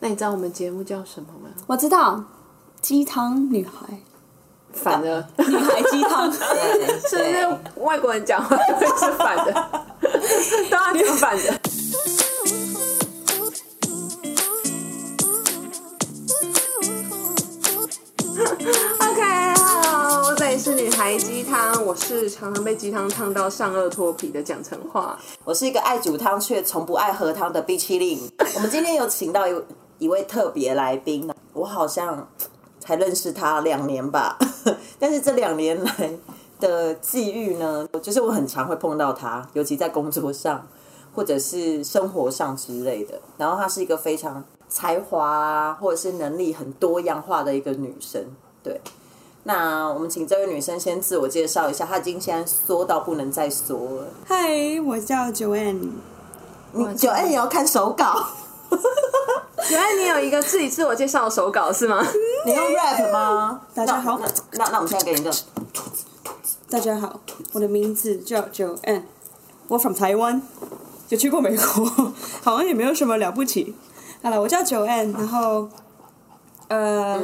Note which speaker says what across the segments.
Speaker 1: 那你知道我们节目叫什么吗？
Speaker 2: 我知道，鸡汤女孩，
Speaker 1: 反的，
Speaker 2: 女孩鸡汤，
Speaker 1: 是不是外国人讲话会是反 的？都要讲反的。OK，Hello，这里是女孩鸡汤，我是常常被鸡汤烫到上颚脱皮的蒋成化。
Speaker 3: 我是一个爱煮汤却从不爱喝汤的 B 七零。我们今天有请到一一位特别来宾，我好像才认识他两年吧， 但是这两年来的际遇呢，就是我很常会碰到他，尤其在工作上或者是生活上之类的。然后她是一个非常才华啊，或者是能力很多样化的一个女生，对。那我们请这位女生先自我介绍一下，她已经现在缩到不能再缩了。
Speaker 2: 嗨，我叫 Joanne，
Speaker 3: 你九 N 也要看手稿，
Speaker 1: 原来你有一个自己自我介绍的手稿是吗？
Speaker 3: 你用 rap 吗？
Speaker 2: 大家好
Speaker 3: 那那那那我们现在给你一个，
Speaker 2: 大家好，我的名字叫 Joanne，我 from 台湾，有去过美国， 好像也没有什么了不起。好了，我叫 Joanne，然后，呃，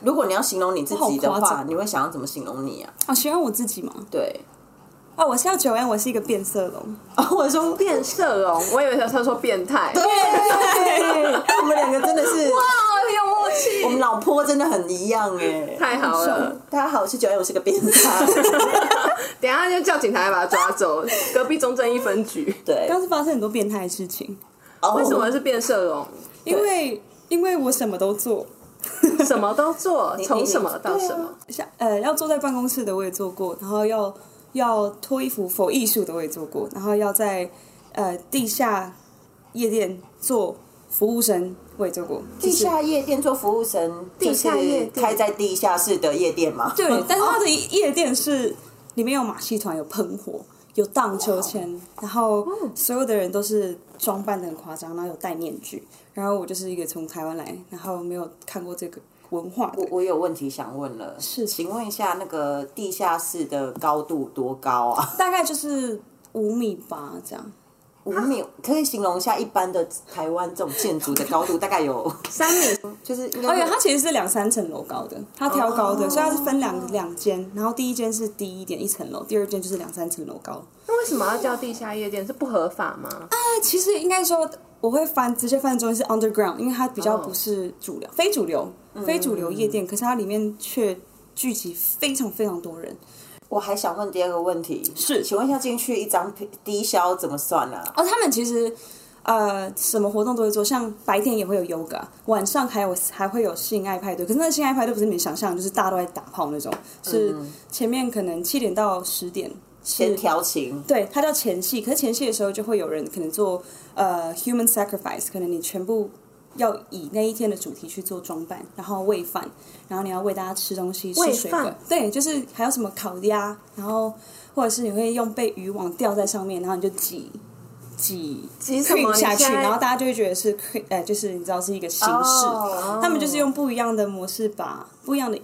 Speaker 3: 如果你要形容你自己的
Speaker 2: 我好夸
Speaker 3: 话，
Speaker 2: 张
Speaker 3: 你会想要怎么形容你啊？
Speaker 2: 哦，形容我自己嘛，
Speaker 3: 对，
Speaker 2: 哦，我是叫 Joanne，我是一个变色龙，
Speaker 3: 哦我 说
Speaker 1: 变色龙，我以为他说变态。
Speaker 3: 对， 我们两个真的是，
Speaker 1: 好有默契
Speaker 3: 我们老婆真的很一样哎。
Speaker 1: 太好了。
Speaker 3: 大家好，我是九 N，我是个变态。
Speaker 1: 等一下就叫警察来把他抓 走，隔壁中正一分局。
Speaker 3: 对，
Speaker 2: 刚是发生很多变态的事情，
Speaker 3: 哦
Speaker 1: 为什么是变色龙？
Speaker 2: 因为因为我什么都做，
Speaker 1: 什么都 做，
Speaker 3: 你
Speaker 1: 从什么到什么？
Speaker 2: 像呃要坐在办公室的我也做过，然后要要脱衣服否艺术的我也做过，然后要在呃地下夜店做服务生我也做过，
Speaker 3: 地下夜店做服务生？
Speaker 1: 地下夜店
Speaker 3: 就是开在地下室的夜店吗？
Speaker 2: 对，但
Speaker 3: 哦
Speaker 2: 是它的夜店是里面有马戏团、有喷火、有荡
Speaker 3: 哦
Speaker 2: 秋千，然后所有的人都是装扮的很夸张，然后有戴面具。然后我就是一个从台湾来，然后没有看过这个文化的
Speaker 3: 我我有问题想问了，
Speaker 2: 是
Speaker 3: 请问一下那个地下室的高度多高啊？
Speaker 2: 大概就是五米八这样。
Speaker 3: 五
Speaker 2: 啊
Speaker 3: 米，可以形容一下一般的台湾这种建筑的高度，大概有
Speaker 1: 三米，
Speaker 3: 就是应
Speaker 2: 而且
Speaker 3: 该
Speaker 2: 哦哎它其实是两三层楼高的，它挑高的，所以它是分两两间，然后第一间是低一点一层楼，第二间就是两三层楼高。
Speaker 1: 那为什么要叫地下夜店？是不合法吗？
Speaker 2: 那其实应该说，我会翻直接翻中文是 underground，因为它比较不是主流、非主流、非主流夜店，可是它里面却聚集非常非常多人。
Speaker 3: 我还想问第二个问题，
Speaker 2: 是
Speaker 3: 请问一下进去一张低消怎么算啊？
Speaker 2: 哦，他们其实呃什么活动都会做，像白天也会有 yoga，晚上还有还会有性爱派对。可是那个性爱派对不是你们想象，就是大家都在打炮那种，是前面可能七点到十点
Speaker 3: 先
Speaker 2: 是
Speaker 3: 调情，
Speaker 2: 对，它叫前戏。可是前戏的时候，就会有人可能做呃 human sacrifice，可能你全部要以那一天的主题去做装扮，然后喂饭，然后你要喂大家吃东西、
Speaker 1: 喂
Speaker 2: 吃水果
Speaker 1: 饭，
Speaker 2: 对，就是还有什么烤鸭，然后或者是你会用被渔网吊在上面，然后你就挤挤
Speaker 1: 挤什么
Speaker 2: cream 下
Speaker 1: 你
Speaker 2: 去，
Speaker 1: 现在
Speaker 2: 然后大家就会觉得是 cream，呃，就是你知道是一个形式。
Speaker 3: 哦
Speaker 2: 他们就是用不一样的模式把不一样的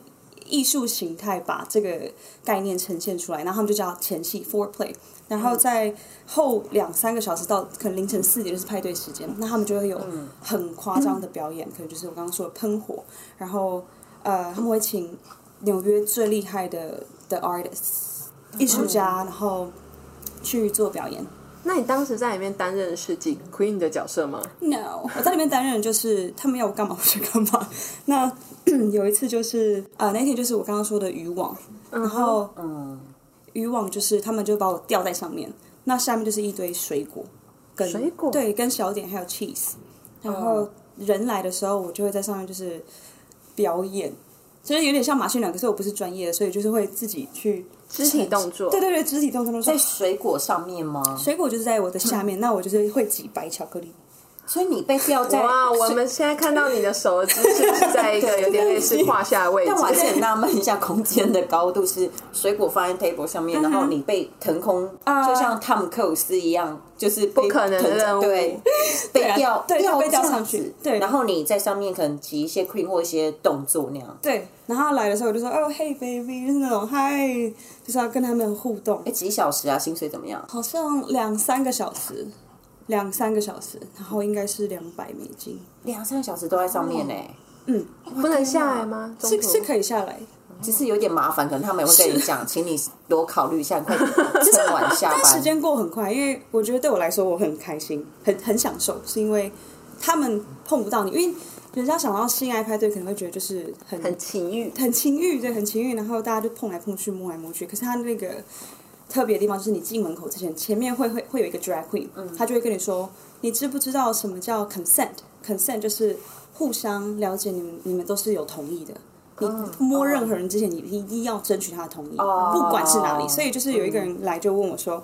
Speaker 2: 艺术形态把这个概念呈现出来，然后他们就叫前戏 foreplay，然后在后两三个小时到可能凌晨四点就是派对时间，那他们就会有很夸张的表演，可能就是我刚刚说的喷火，然后呃他们会请纽约最厉害的的 artists 艺术家，然后去做表演。
Speaker 1: 那你当时在里面担任的是几 Queen 的角色吗？
Speaker 2: No，我在里面担任的就是他们要我干嘛我就干嘛。那 有一次就是啊、呃那天就是我刚刚说的渔网，然后
Speaker 3: 嗯，
Speaker 2: 渔网就是他们就把我吊在上面，那下面就是一堆水果跟
Speaker 1: 水果嗯
Speaker 2: 对，跟小点还有 cheese。然后人来的时候，我就会在上面就是表演，其实有点像马戏团，可是我不是专业的，所以就是会自己去
Speaker 1: 肢体动作，
Speaker 2: 对对对，肢体动作动作
Speaker 3: 在。水果上面吗？
Speaker 2: 水果就是在我的下面，那我就是会挤白巧克力。
Speaker 3: 所以你被吊在
Speaker 1: 嗯
Speaker 2: 哎
Speaker 1: 哇，我们现在看到你的手的姿势是在一个有点类 似胯下的位置
Speaker 3: 但我，还是很纳闷一下，空间的高度是水果放在 table 上面，然
Speaker 2: 嗯
Speaker 3: 后你被腾空，
Speaker 2: 啊
Speaker 3: 就像汤姆克鲁斯一样，就是不
Speaker 1: 可能的任务
Speaker 3: 对，
Speaker 2: 对
Speaker 3: 被
Speaker 2: 啊
Speaker 3: 吊，
Speaker 2: 对
Speaker 3: 吊
Speaker 2: 被吊
Speaker 3: 这样
Speaker 2: 上去
Speaker 3: 子
Speaker 2: 对
Speaker 3: 然后你在上面可能集一些 cream 或一些动作那样。
Speaker 2: 对，然后他来的时候我就说哦，Hey baby，就是那种嗨，就是要跟他们互动
Speaker 3: 哎，，几小时啊？薪水怎么样？
Speaker 2: 好像两三个小时，两三个小时，然后应该是两百美金，
Speaker 3: 两三个小时都在上面呢、
Speaker 1: 不能下来吗？
Speaker 2: 是
Speaker 1: 中途
Speaker 2: 是可以下来，
Speaker 3: 只是有点麻烦，可能他们也会跟你讲，请你多考虑一下，你快点趁晚下
Speaker 2: 但时
Speaker 3: 班。
Speaker 2: 间过很快，因为我觉得对我来说我很开心，很很享受，是因为他们碰不到你，因为人家想要性爱派对，可能会觉得就是很
Speaker 1: 很情欲，
Speaker 2: 很情欲，对，很情欲，然后大家就碰来碰去，摸来摸去。可是他那个特别的地方就是，你进门口之前，前面会会会有一个 drag queen，、他就会跟你说，你知不知道什么叫 consent？consent 就是互相了解，你们你们都是有同意的。你摸任何人之前，你一定要争取他的同意，
Speaker 3: 哦
Speaker 2: 不管是哪里。所以就是有一个人来就问我说，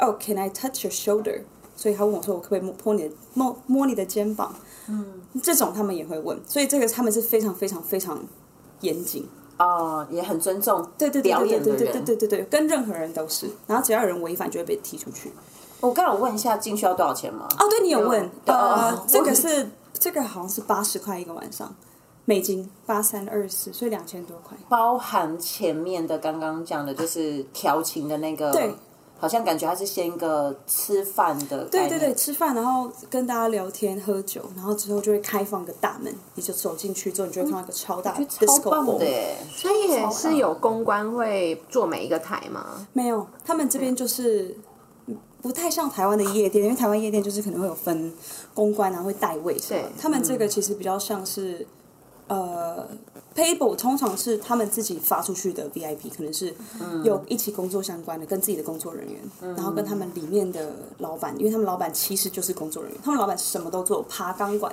Speaker 2: 哦、c a n I touch your shoulder？所以他问我说，我可不可以摸摸你的摸摸你的肩膀？嗯，这种他们也会问，所以这个他们是非常非常非常严谨。
Speaker 3: 哦，也很尊重
Speaker 2: 对对对
Speaker 3: 表
Speaker 2: 对
Speaker 3: 演的
Speaker 2: 对对对
Speaker 3: 人。
Speaker 2: 对对对，跟任何人都是。然后只要有人违反，就会被踢出去。
Speaker 3: 我刚刚有问一下进去要多少钱吗？
Speaker 2: 哦，对你有问
Speaker 3: 有，
Speaker 2: 呃
Speaker 3: 哦，
Speaker 2: 这个是这个好像是八十块一个晚上，美金八三二四，所以两千多块。
Speaker 3: 包含前面的刚刚讲的，就是调情的那个，
Speaker 2: 对，
Speaker 3: 好像感觉它是先一个吃饭的概
Speaker 2: 对
Speaker 3: 念，
Speaker 2: 对对，吃饭，然后跟大家聊天、喝酒，然后之后就会开放个大门，你就走进去之后，你就会看到一个超大的
Speaker 3: 超
Speaker 2: disco
Speaker 3: 棒
Speaker 2: ball
Speaker 3: 的。耶！
Speaker 1: 所以也是有公关会做每一个台吗？
Speaker 2: 没有，他们这边就是嗯不太像台湾的夜店，因为台湾夜店就是可能会有分公关啊，会带位什么的
Speaker 1: 对。
Speaker 2: 他们这个其实比较像是、呃，payable 通常是他们自己发出去的 VIP，可能是有一起工作相关的，跟自己的工作人员，然后跟他们里面的老板，因为他们老板其实就是工作人员，他们老板什么都做，爬钢管。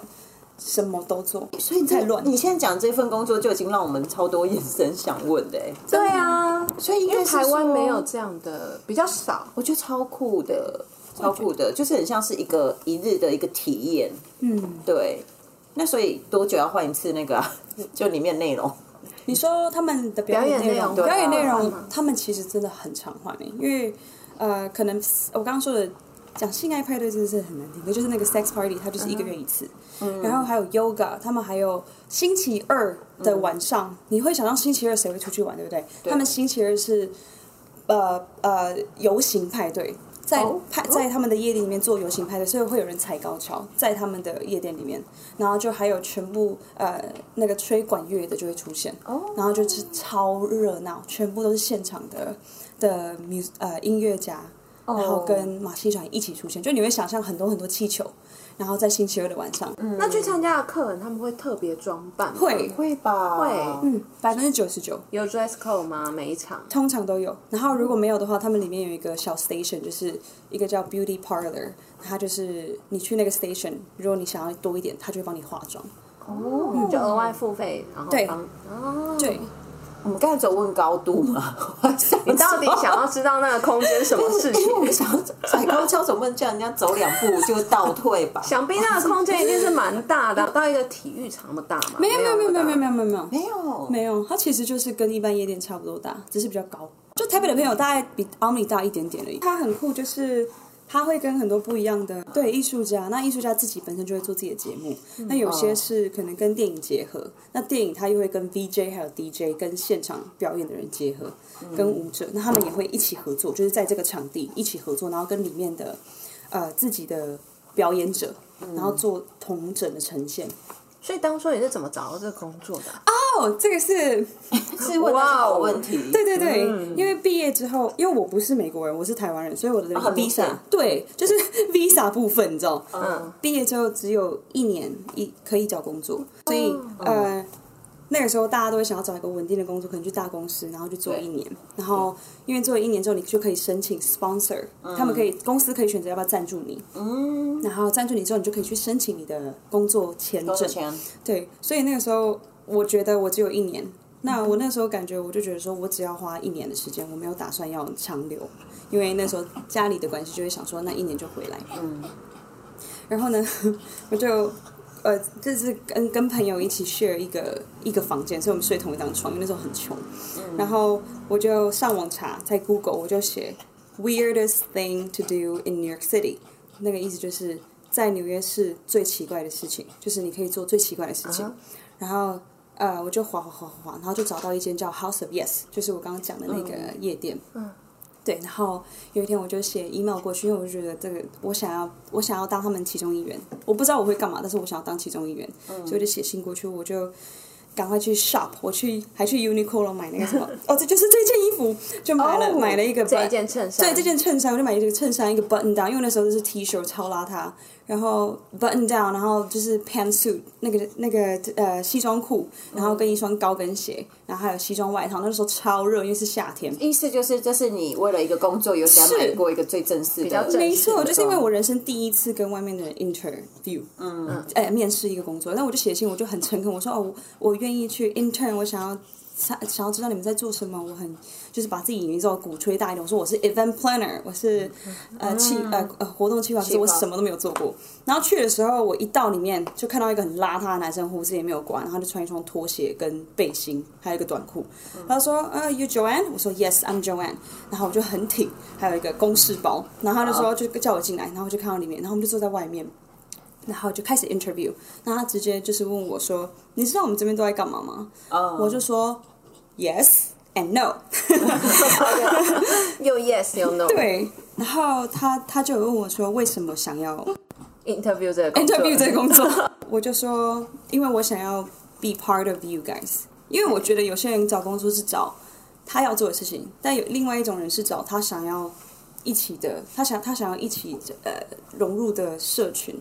Speaker 2: 什么都做，
Speaker 3: 所以
Speaker 2: 太
Speaker 3: 这
Speaker 2: 乱。
Speaker 3: 你现在讲这份工作就已经让我们超多眼神想问的耶，欸
Speaker 1: 对啊，
Speaker 3: 所以应
Speaker 1: 因
Speaker 3: 该
Speaker 1: 为
Speaker 3: 是说
Speaker 1: 台湾没有，这样的，比较少。
Speaker 3: 我觉得超酷的，超酷的，就是很像是一个一日的一个体验，嗯，对。那所以多久要换一次那个、啊？ 就里面内容
Speaker 2: 你说他们的表
Speaker 1: 表
Speaker 2: 演
Speaker 1: 演
Speaker 2: 内
Speaker 1: 内容
Speaker 2: 容，表演
Speaker 1: 对
Speaker 2: 内
Speaker 1: 啊
Speaker 2: 容
Speaker 1: 嗯，
Speaker 2: 他们其实真的很常换诶，因为呃，可能我刚刚说的讲性爱派对真的是很难听的，就是那个 sex party，它就是一个月一次，然后还有 yoga，他们还有星期二的晚上，你会想到星期二谁会出去玩，对不对？他们星期二是呃呃游行派对。在
Speaker 3: 哦
Speaker 2: 派
Speaker 3: 哦
Speaker 2: 在他们的夜店里面做游行派对，所以会有人踩高跷，在他们的夜店里面，然后就还有全部呃那个吹管乐的就会出现，然后就是超热闹，全部都是现场的的 mus 呃音乐家，
Speaker 1: 哦
Speaker 2: 然后跟马戏团一起出现，就你会想象很多很多气球，然后在星期二的晚上，
Speaker 1: 那去参加的客人他们会特别装扮吗，
Speaker 2: 会
Speaker 3: 会吧？
Speaker 1: 会
Speaker 2: 嗯百分之九十九
Speaker 1: 有 dress code 吗？每一场
Speaker 2: 通常都有。然后如果没有的话，他们里面有一个小 station，就是一个叫 beauty parlor，它就是你去那个 station，如果你想要多一点，他就会帮你化妆。
Speaker 1: 就额外付费，然后
Speaker 2: 哦对
Speaker 1: 帮哦。
Speaker 2: 对，
Speaker 3: 我们刚才只有问高度嘛？
Speaker 1: 你到底想 要知道那个空间 什么事
Speaker 3: 因
Speaker 1: 情
Speaker 3: 为？我们想要踩高跷，总不能叫人家走两步就倒退吧？
Speaker 1: 想必那个空间一定是蛮大 的，到一个体育场那么大嘛？
Speaker 2: 没有没有没有没有没有
Speaker 1: 有。
Speaker 2: 没有没有
Speaker 3: 没有，
Speaker 2: 没有，它其实就是跟一般夜店差不多大，只是比较高。就台北的朋友大概比 Omni 大一点点而已。它很酷，就是它会跟很多不一样的对艺术家，那艺术家自己本身就会做自己的节目，那有些是可能跟电影结合，那电影它又会跟 VJ 还有 DJ 跟现场表演的人结合，跟舞者，那他们也会一起合作，就是在这个场地一起合作，然后跟里面的呃自己的表演者，然后做同整的呈现。
Speaker 1: 所以当初你是怎么找到这个工作的啊？
Speaker 2: 哦，这个是
Speaker 3: 是问
Speaker 1: 哇
Speaker 3: 到
Speaker 1: 哦
Speaker 3: 问题。
Speaker 2: 对对对，因为毕业之后，因为我不是美国人，我是台湾人，所以我的
Speaker 3: 啊很明
Speaker 2: visa、
Speaker 3: 显
Speaker 2: 对，就是 visa 部分，你知道，
Speaker 3: 嗯，
Speaker 2: 毕业之后只有一年一可以找工作，所以、呃，那个时候大家都会想要找一个稳定的工作，可能去大公司，然后去做一年，然后因为做了一年之后，你就可以申请 sponsor，、他们可以公司可以选择要不要赞助你，嗯，然后赞助你之后，你就可以去申请你的工作签
Speaker 3: 多少
Speaker 2: 证，
Speaker 3: 钱？
Speaker 2: 对，所以那个时候我觉得我只有一年。那我那时候感觉，我就觉得说，我只要花一年的时间，我没有打算要长留，因为那时候家里的关系，就会想说，那一年就回来。嗯。然后呢， 我就呃，就是跟跟朋友一起 share 一个一个房间，所以我们睡同一张床，因为那时候很穷。然后我就上网查，在 Google 我就写 weirdest thing to do in New York City，那个意思就是在纽约市最奇怪的事情，就是你可以做最奇怪的事
Speaker 1: 啊
Speaker 2: 情。然后呃，我就滑滑滑滑滑，然后就找到一间叫 House of Yes，就是我刚刚讲的那个夜店。嗯。对，然后有一天我就写 email 过去，因为我就觉得这个我想要我想要当他们其中一员，我不知道我会干嘛，但是我想要当其中一员，
Speaker 1: 嗯
Speaker 2: 所以我就写信过去，我就赶快去 shop，我去还去 Uniqlo 买那个什么，哦，这就是这件衣服，就买了、
Speaker 3: 哦
Speaker 2: 买了一个
Speaker 1: 这
Speaker 2: bra-
Speaker 1: 一件衬衫，
Speaker 2: 对，这件衬衫，我就买一个衬衫，一个 button down，因为那时候就是 T 恤超邋遢，然后 button down，然后就是 pantsuit 那个那个呃西装裤，然后跟一双高跟鞋，然后还有西装外套。那时候超热，因为是夏天。
Speaker 3: 意思就是，这是你为了一个工作有想要买过一个最正式
Speaker 1: 比较
Speaker 3: 的，
Speaker 1: 正
Speaker 2: 没错，就是因为我人生第一次跟外面的人 interview，嗯，哎、面试一个工作，那我就写信，我就很诚恳，我说哦，我我愿意去 intern，我想要想想要知道你们在做什么，我很就是把自己营造鼓吹大一点，我说我是 event planner，我是、呃企呃呃活动计划，可是我
Speaker 3: 划
Speaker 2: 什么都没有做过。然后去的时候，我一到里面就看到一个很邋遢的男生，胡子也没有刮，然后他就穿一双拖鞋跟背心，还有一个短裤。他说：“呃、y o u Joanne？” 我说：“Yes，I'm Joanne。”然后我就很挺，还有一个公事包。然后他就说就叫我进来，然后我就看到里面，然后我们就坐在外面，然后就开始 interview。那他直接就是问我说：“你知道我们这边都在干嘛吗？”
Speaker 3: 嗯
Speaker 2: 我就说：“Yes and no。”
Speaker 1: 又 yes 又 no，
Speaker 2: 对，然后他他就有问我说：“为什么想要？”
Speaker 1: interview 这个工作
Speaker 2: interview 这个工作， 我就说，因为我想要 be part of you guys，因为我觉得有些人找工作是找他要做的事情，但有另外一种人是找他想要一起的，他想他想要一起呃融入的社群，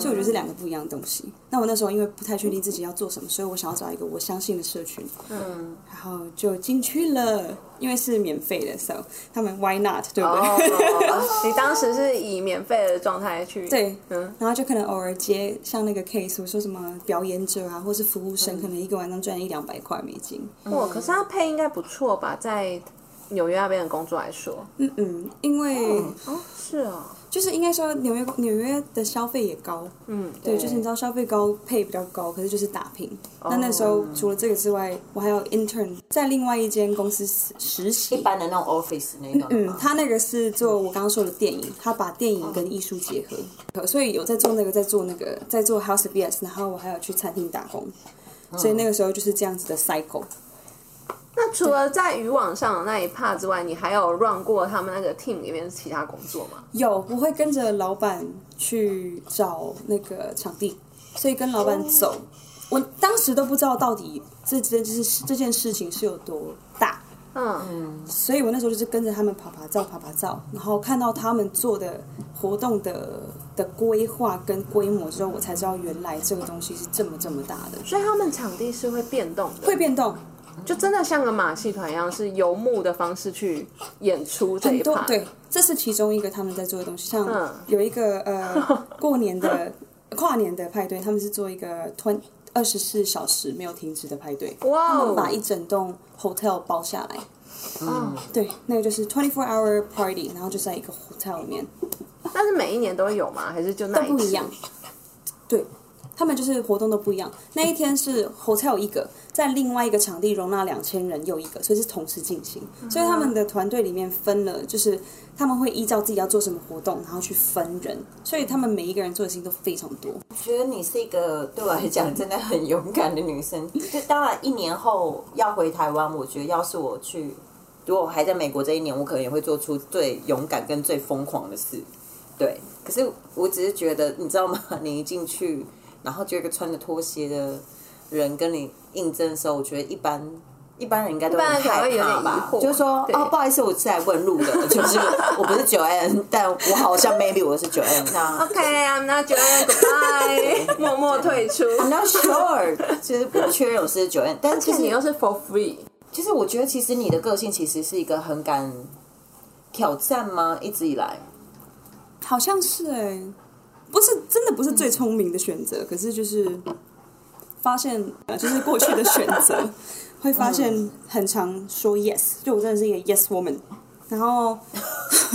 Speaker 2: 所以我觉得是两个不一样的东西。那我那时候因为不太确定自己要做什么，所以我想要找一个我相信的社群，嗯，然后就进去了，因为是免费的，so 他们 why not 对不对
Speaker 1: 哦，你当时是以免费的状态去
Speaker 2: 对，
Speaker 1: 嗯
Speaker 2: 然后就可能偶尔接像那个 case，我说什么表演者啊，或是服务生，可能一个晚上赚一两百块美金。
Speaker 1: 哇，可是他配应该不错吧，在纽约那边的工作来说，
Speaker 2: 嗯嗯，因为
Speaker 1: 哦，是哦，
Speaker 2: 就是应该说纽约纽约的消费也高，
Speaker 1: 嗯，
Speaker 2: 对，哦就是你知道消费高配比较高，可是就是打拼。那那时候除了这个之外，我还有 intern 在另外一间公司实实
Speaker 3: 一
Speaker 2: 习。
Speaker 3: 般的那种 office 那种。
Speaker 2: 嗯，他那个是做我刚刚说的电影，他把电影跟艺术结合，所以有在做那个，在做那个，在做 House of BS，然后我还有去餐厅打工，所以那个时候就是这样子的 cycle。
Speaker 1: 那除了在渔网上的那一 part 之外，你还有 run 过他们那个 team 里面其他工作吗？
Speaker 2: 有，我会跟着老板去找那个场地，所以跟老板走。我当时都不知道到底这这就是这件事情是有多大，
Speaker 1: 嗯，
Speaker 2: 所以我那时候就是跟着他们爬爬照爬爬照，然后看到他们做的活动的的规划跟规模之后，我才知道原来这个东西是这么这么大的，
Speaker 1: 所以他们场地是会变动的，
Speaker 2: 会变动
Speaker 1: 就真的像个马戏团一样，是游牧的方式去演出这
Speaker 2: 很
Speaker 1: 一
Speaker 2: 多
Speaker 1: part。
Speaker 2: 对，这是其中一个他们在做的东西，
Speaker 1: 嗯
Speaker 2: 像有一个呃过年的 跨年的派对，他们是做一个 twenty 二十四小时没有停止的派对，
Speaker 1: 哇
Speaker 2: 他
Speaker 1: 哦
Speaker 2: 们把一整栋 hotel 包下来，
Speaker 1: 嗯，
Speaker 2: 对，那个就是 twenty four hour party，然后就在一个 hotel 里面
Speaker 1: 但是每一年都有吗？还是就
Speaker 2: 都
Speaker 1: 那一
Speaker 2: 不
Speaker 1: 次
Speaker 2: 一样，对。他们就是活动都不一样，那一天是 hotel 一个，在另外一个场地容纳两千人又一个，所以是同时进行。所以他们的团队里面分了，就是他们会依照自己要做什么活动，然后去分人，所以他们每一个人做的事情都非常多。
Speaker 3: 我觉得你是一个对我来讲真的很勇敢的女生。 就当然，一年后要回台湾，我觉得要是我去，如果我还在美国这一年，我可能也会做出最勇敢跟最疯狂的事。对，可是我只是觉得，你知道吗？你一进去，然后就有一个穿着拖鞋的人跟你应征的时候，我觉得一般。一般人应该都
Speaker 1: 一般
Speaker 3: 很
Speaker 1: 人可能
Speaker 3: 害
Speaker 1: 会有
Speaker 3: 怕
Speaker 1: 点
Speaker 3: 吧，
Speaker 1: 疑惑
Speaker 3: 就是说
Speaker 1: 对
Speaker 3: 哦，不好意思，我是来问路的，就是我不是九 N，但我好像 maybe 我是九 N 那
Speaker 1: OK，I'm not doing goodbye，默默退出。
Speaker 3: I'm not sure，其实不确认我是九 N，但是其
Speaker 1: 而且
Speaker 3: 实
Speaker 1: 你又是 for free，
Speaker 3: 其实我觉得，其实你的个性其实是一个很敢挑战吗？一直以来，
Speaker 2: 好像是哎、不是真的不是最聪明的选择，可是就是发现呃就是过去的选择，会发现很常说 yes，就我真的是一个 yes woman。然后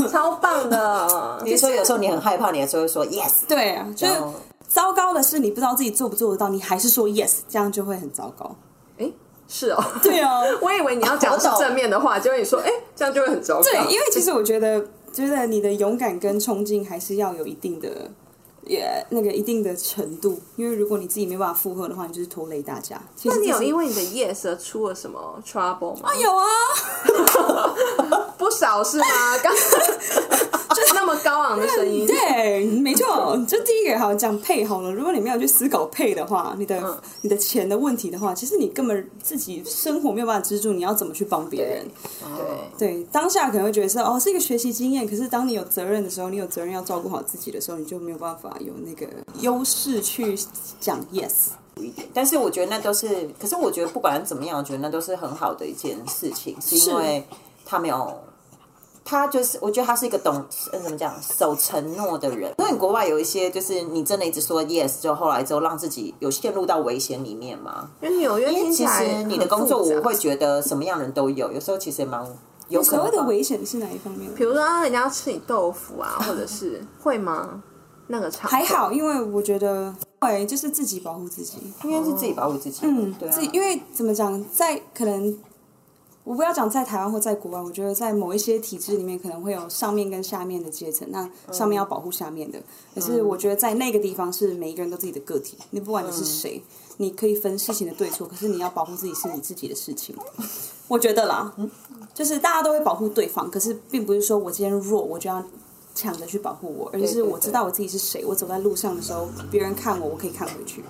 Speaker 1: 超棒 的。
Speaker 3: 比如说有时候你很害怕，你还是会说 yes，
Speaker 2: 对啊，就是
Speaker 3: 然后
Speaker 2: 糟糕的是你不知道自己做不做得到，你还是说 yes，这样就会很糟糕。
Speaker 1: 哎，是哦，
Speaker 2: 对啊，
Speaker 1: 我以为你要讲的是
Speaker 3: 我懂
Speaker 1: 正面的话，结果你说，哎，这样就会很糟糕。
Speaker 2: 对，因为其实我觉得，觉得你的勇敢跟冲劲还是要有一定的，也那个一定的程度。因为如果你自己没办法负荷的话，你就是拖累大家。其实
Speaker 1: 那你
Speaker 2: 这
Speaker 1: 有
Speaker 2: 是啊
Speaker 1: 因为你的 yes 而出了什么 trouble 吗？
Speaker 2: 有啊？
Speaker 1: 不少是吗？刚 那么高昂的声音，
Speaker 2: 对，没错，这第一个好讲配好了。如果你没有去思考配的话，你的、
Speaker 1: 嗯
Speaker 2: 你的钱的问题的话，其实你根本自己生活没有办法资助，你要怎么去帮别人？
Speaker 1: 对，
Speaker 2: 对，当下可能会觉得是哦是一个学习经验，可是当你有责任的时候，你有责任要照顾好自己的时候，你就没有办法有那个优势去讲 yes。
Speaker 3: 但是我觉得那都是，可是我觉得不管怎么样，我觉得那都是很好的一件事情，是
Speaker 2: 是
Speaker 3: 因为他没有，他就是我觉得他是一个懂，呃怎么讲，守承诺的人。因为国外有一些就是你真的一直说 yes，就后来之后让自己有陷入到危险里面嘛。
Speaker 1: 因为纽约
Speaker 3: 因为
Speaker 1: 听起
Speaker 3: 其
Speaker 1: 来
Speaker 3: 实你的
Speaker 1: 很
Speaker 3: 工作，
Speaker 1: 复杂
Speaker 3: 我会觉得什么样人都有，有时候其实也蛮有可
Speaker 2: 所
Speaker 3: 能
Speaker 2: 谓的
Speaker 3: 吧
Speaker 2: 危险是哪一方面？
Speaker 1: 啊比如说让人家吃你豆腐啊，或者是会吗？那个场合
Speaker 2: 还，好，因为我觉得，哎，就是自己保护自己。
Speaker 3: 应该是自己保护自己。
Speaker 2: 嗯，
Speaker 3: 对啊
Speaker 2: 自己，因为怎么讲，在可能我不要讲在台湾或在国外，我觉得在某一些体制里面可能会有上面跟下面的阶层，那上面要保护下面的。可是我觉得在那个地方是每一个人都自己的个体，你不管你是谁，你可以分事情的对错，可是你要保护自己是你自己的事 情。我觉得啦，就是大家都会保护对方，可是并不是说我今天弱我就要。抢着去保护我，而是
Speaker 3: 对
Speaker 2: 我
Speaker 3: 对
Speaker 2: 知道我自己是谁。我走在路上的时候，别人看我，我可以看回去。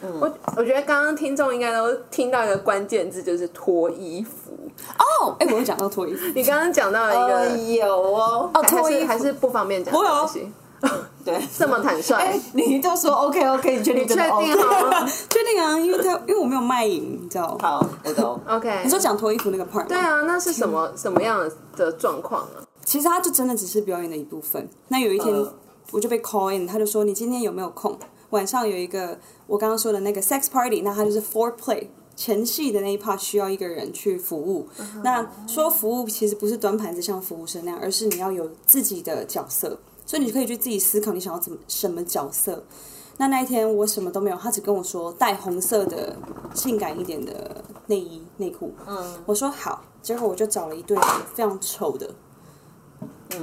Speaker 1: 我我觉得刚刚听众应该都听到一个关键字，就是脱衣服。
Speaker 2: 哦，哎、我有讲到脱衣服，
Speaker 1: 你刚刚讲到了一
Speaker 3: 呃，
Speaker 1: 个，
Speaker 3: 有哦，
Speaker 1: 还
Speaker 2: 脱衣
Speaker 1: 是
Speaker 2: 服
Speaker 1: 还是不方便讲的
Speaker 2: 我有
Speaker 1: 东西，
Speaker 3: 对，
Speaker 1: 这么坦率，
Speaker 3: 哎，你都说 OK OK，你确定
Speaker 1: 你确
Speaker 3: 真的 OK？
Speaker 1: 定吗
Speaker 2: 确啊定啊，因为他因为我没有卖淫，你知道。
Speaker 3: 好，我懂。
Speaker 1: ？OK，
Speaker 2: 你说讲脱衣服那个 part，
Speaker 1: 对，啊，那是什么什么样的状况 啊？
Speaker 2: 其实他就真的只是表演的一部分。那有一天
Speaker 3: 嗯
Speaker 2: 我就被 call in，他就说你今天有没有空？晚上有一个我刚刚说的那个 sex party，那他就是 foreplay。前戏的那一 part 需要一个人去服务。那说服务其实不是端盘子像服务生那样，而是你要有自己的角色，所以你可以去自己思考你想要怎么什么角色。那那一天我什么都没有，他只跟我说带红色的性感一点的内衣内裤。嗯，我说好，结果我就找了一对非常丑的，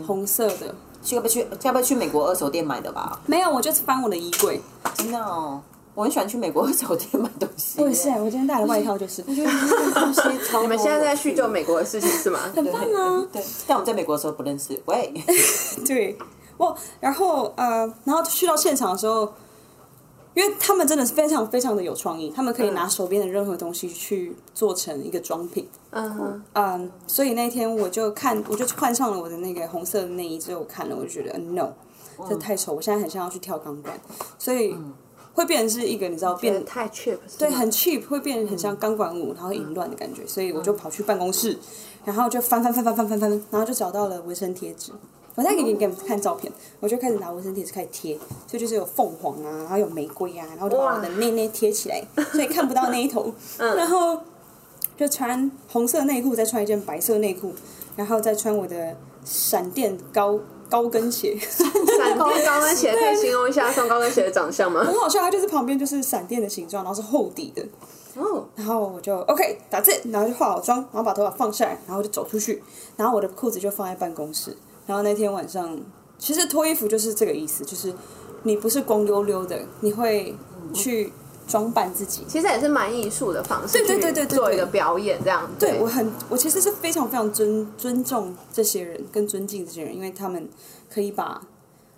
Speaker 2: 红色的，
Speaker 3: 去要不要去要不要去美国二手店买的吧？
Speaker 2: 没有，我就是翻我的衣柜。
Speaker 3: 真的哦，我很喜欢去美国二手店买东西。
Speaker 2: 我也是，啊我今天带了外套，就是
Speaker 3: 我觉得这个东西 超多
Speaker 1: 你们现在在叙旧美国的事情是吗？
Speaker 2: 很棒啊。
Speaker 3: 对，但我们在美国的时候不认识。喂，
Speaker 2: 对，我然后呃，然后去到现场的时候，因为他们真的是非常非常的有创意，他们可以拿手边的任何东西去做成一个装品。
Speaker 1: 嗯哼，
Speaker 2: 嗯，所以那天我就看，我就换上了我的那个红色的内衣之后，我看了，我就觉得嗯 no，这太丑，我现在很像要去跳钢管，所以会变成是一个你知道变
Speaker 1: 变得太 cheap，
Speaker 2: 嗯对，
Speaker 1: 对
Speaker 2: 很 cheap，会变得很像钢管舞，然后淫乱的感觉，所以我就跑去办公室，然后就翻翻翻翻翻翻翻，然后就找到了纹身贴纸。我再给你给你们看照片，我就开始拿纹身贴纸开始贴，所以就是有凤凰啊，然后有玫瑰啊，然后就把我的内内贴起来，所以看不到那一头。 然后就穿红色内裤，再穿一件白色内裤，然后再穿我的闪电高高跟鞋。
Speaker 1: 闪电高跟鞋可以形容一下宋高跟鞋的长 相吗？
Speaker 2: 很好笑，它就是旁边就是闪电的形状，然后是厚底的。
Speaker 1: 哦，
Speaker 2: 然后我就 OK 打字，然后就化好妆，然后把头发放下来，然后就走出去，然后我的裤子就放在办公室。然后那天晚上，其实脱衣服就是这个意思，就是你不是光溜溜的，你会去装扮自己。
Speaker 1: 其实也是蛮艺术的方式，
Speaker 2: 对对对对对对
Speaker 1: 做一个表演这样。
Speaker 2: 对我很，我其实是非常非常尊尊重这些人跟尊敬这些人，因为他们可以把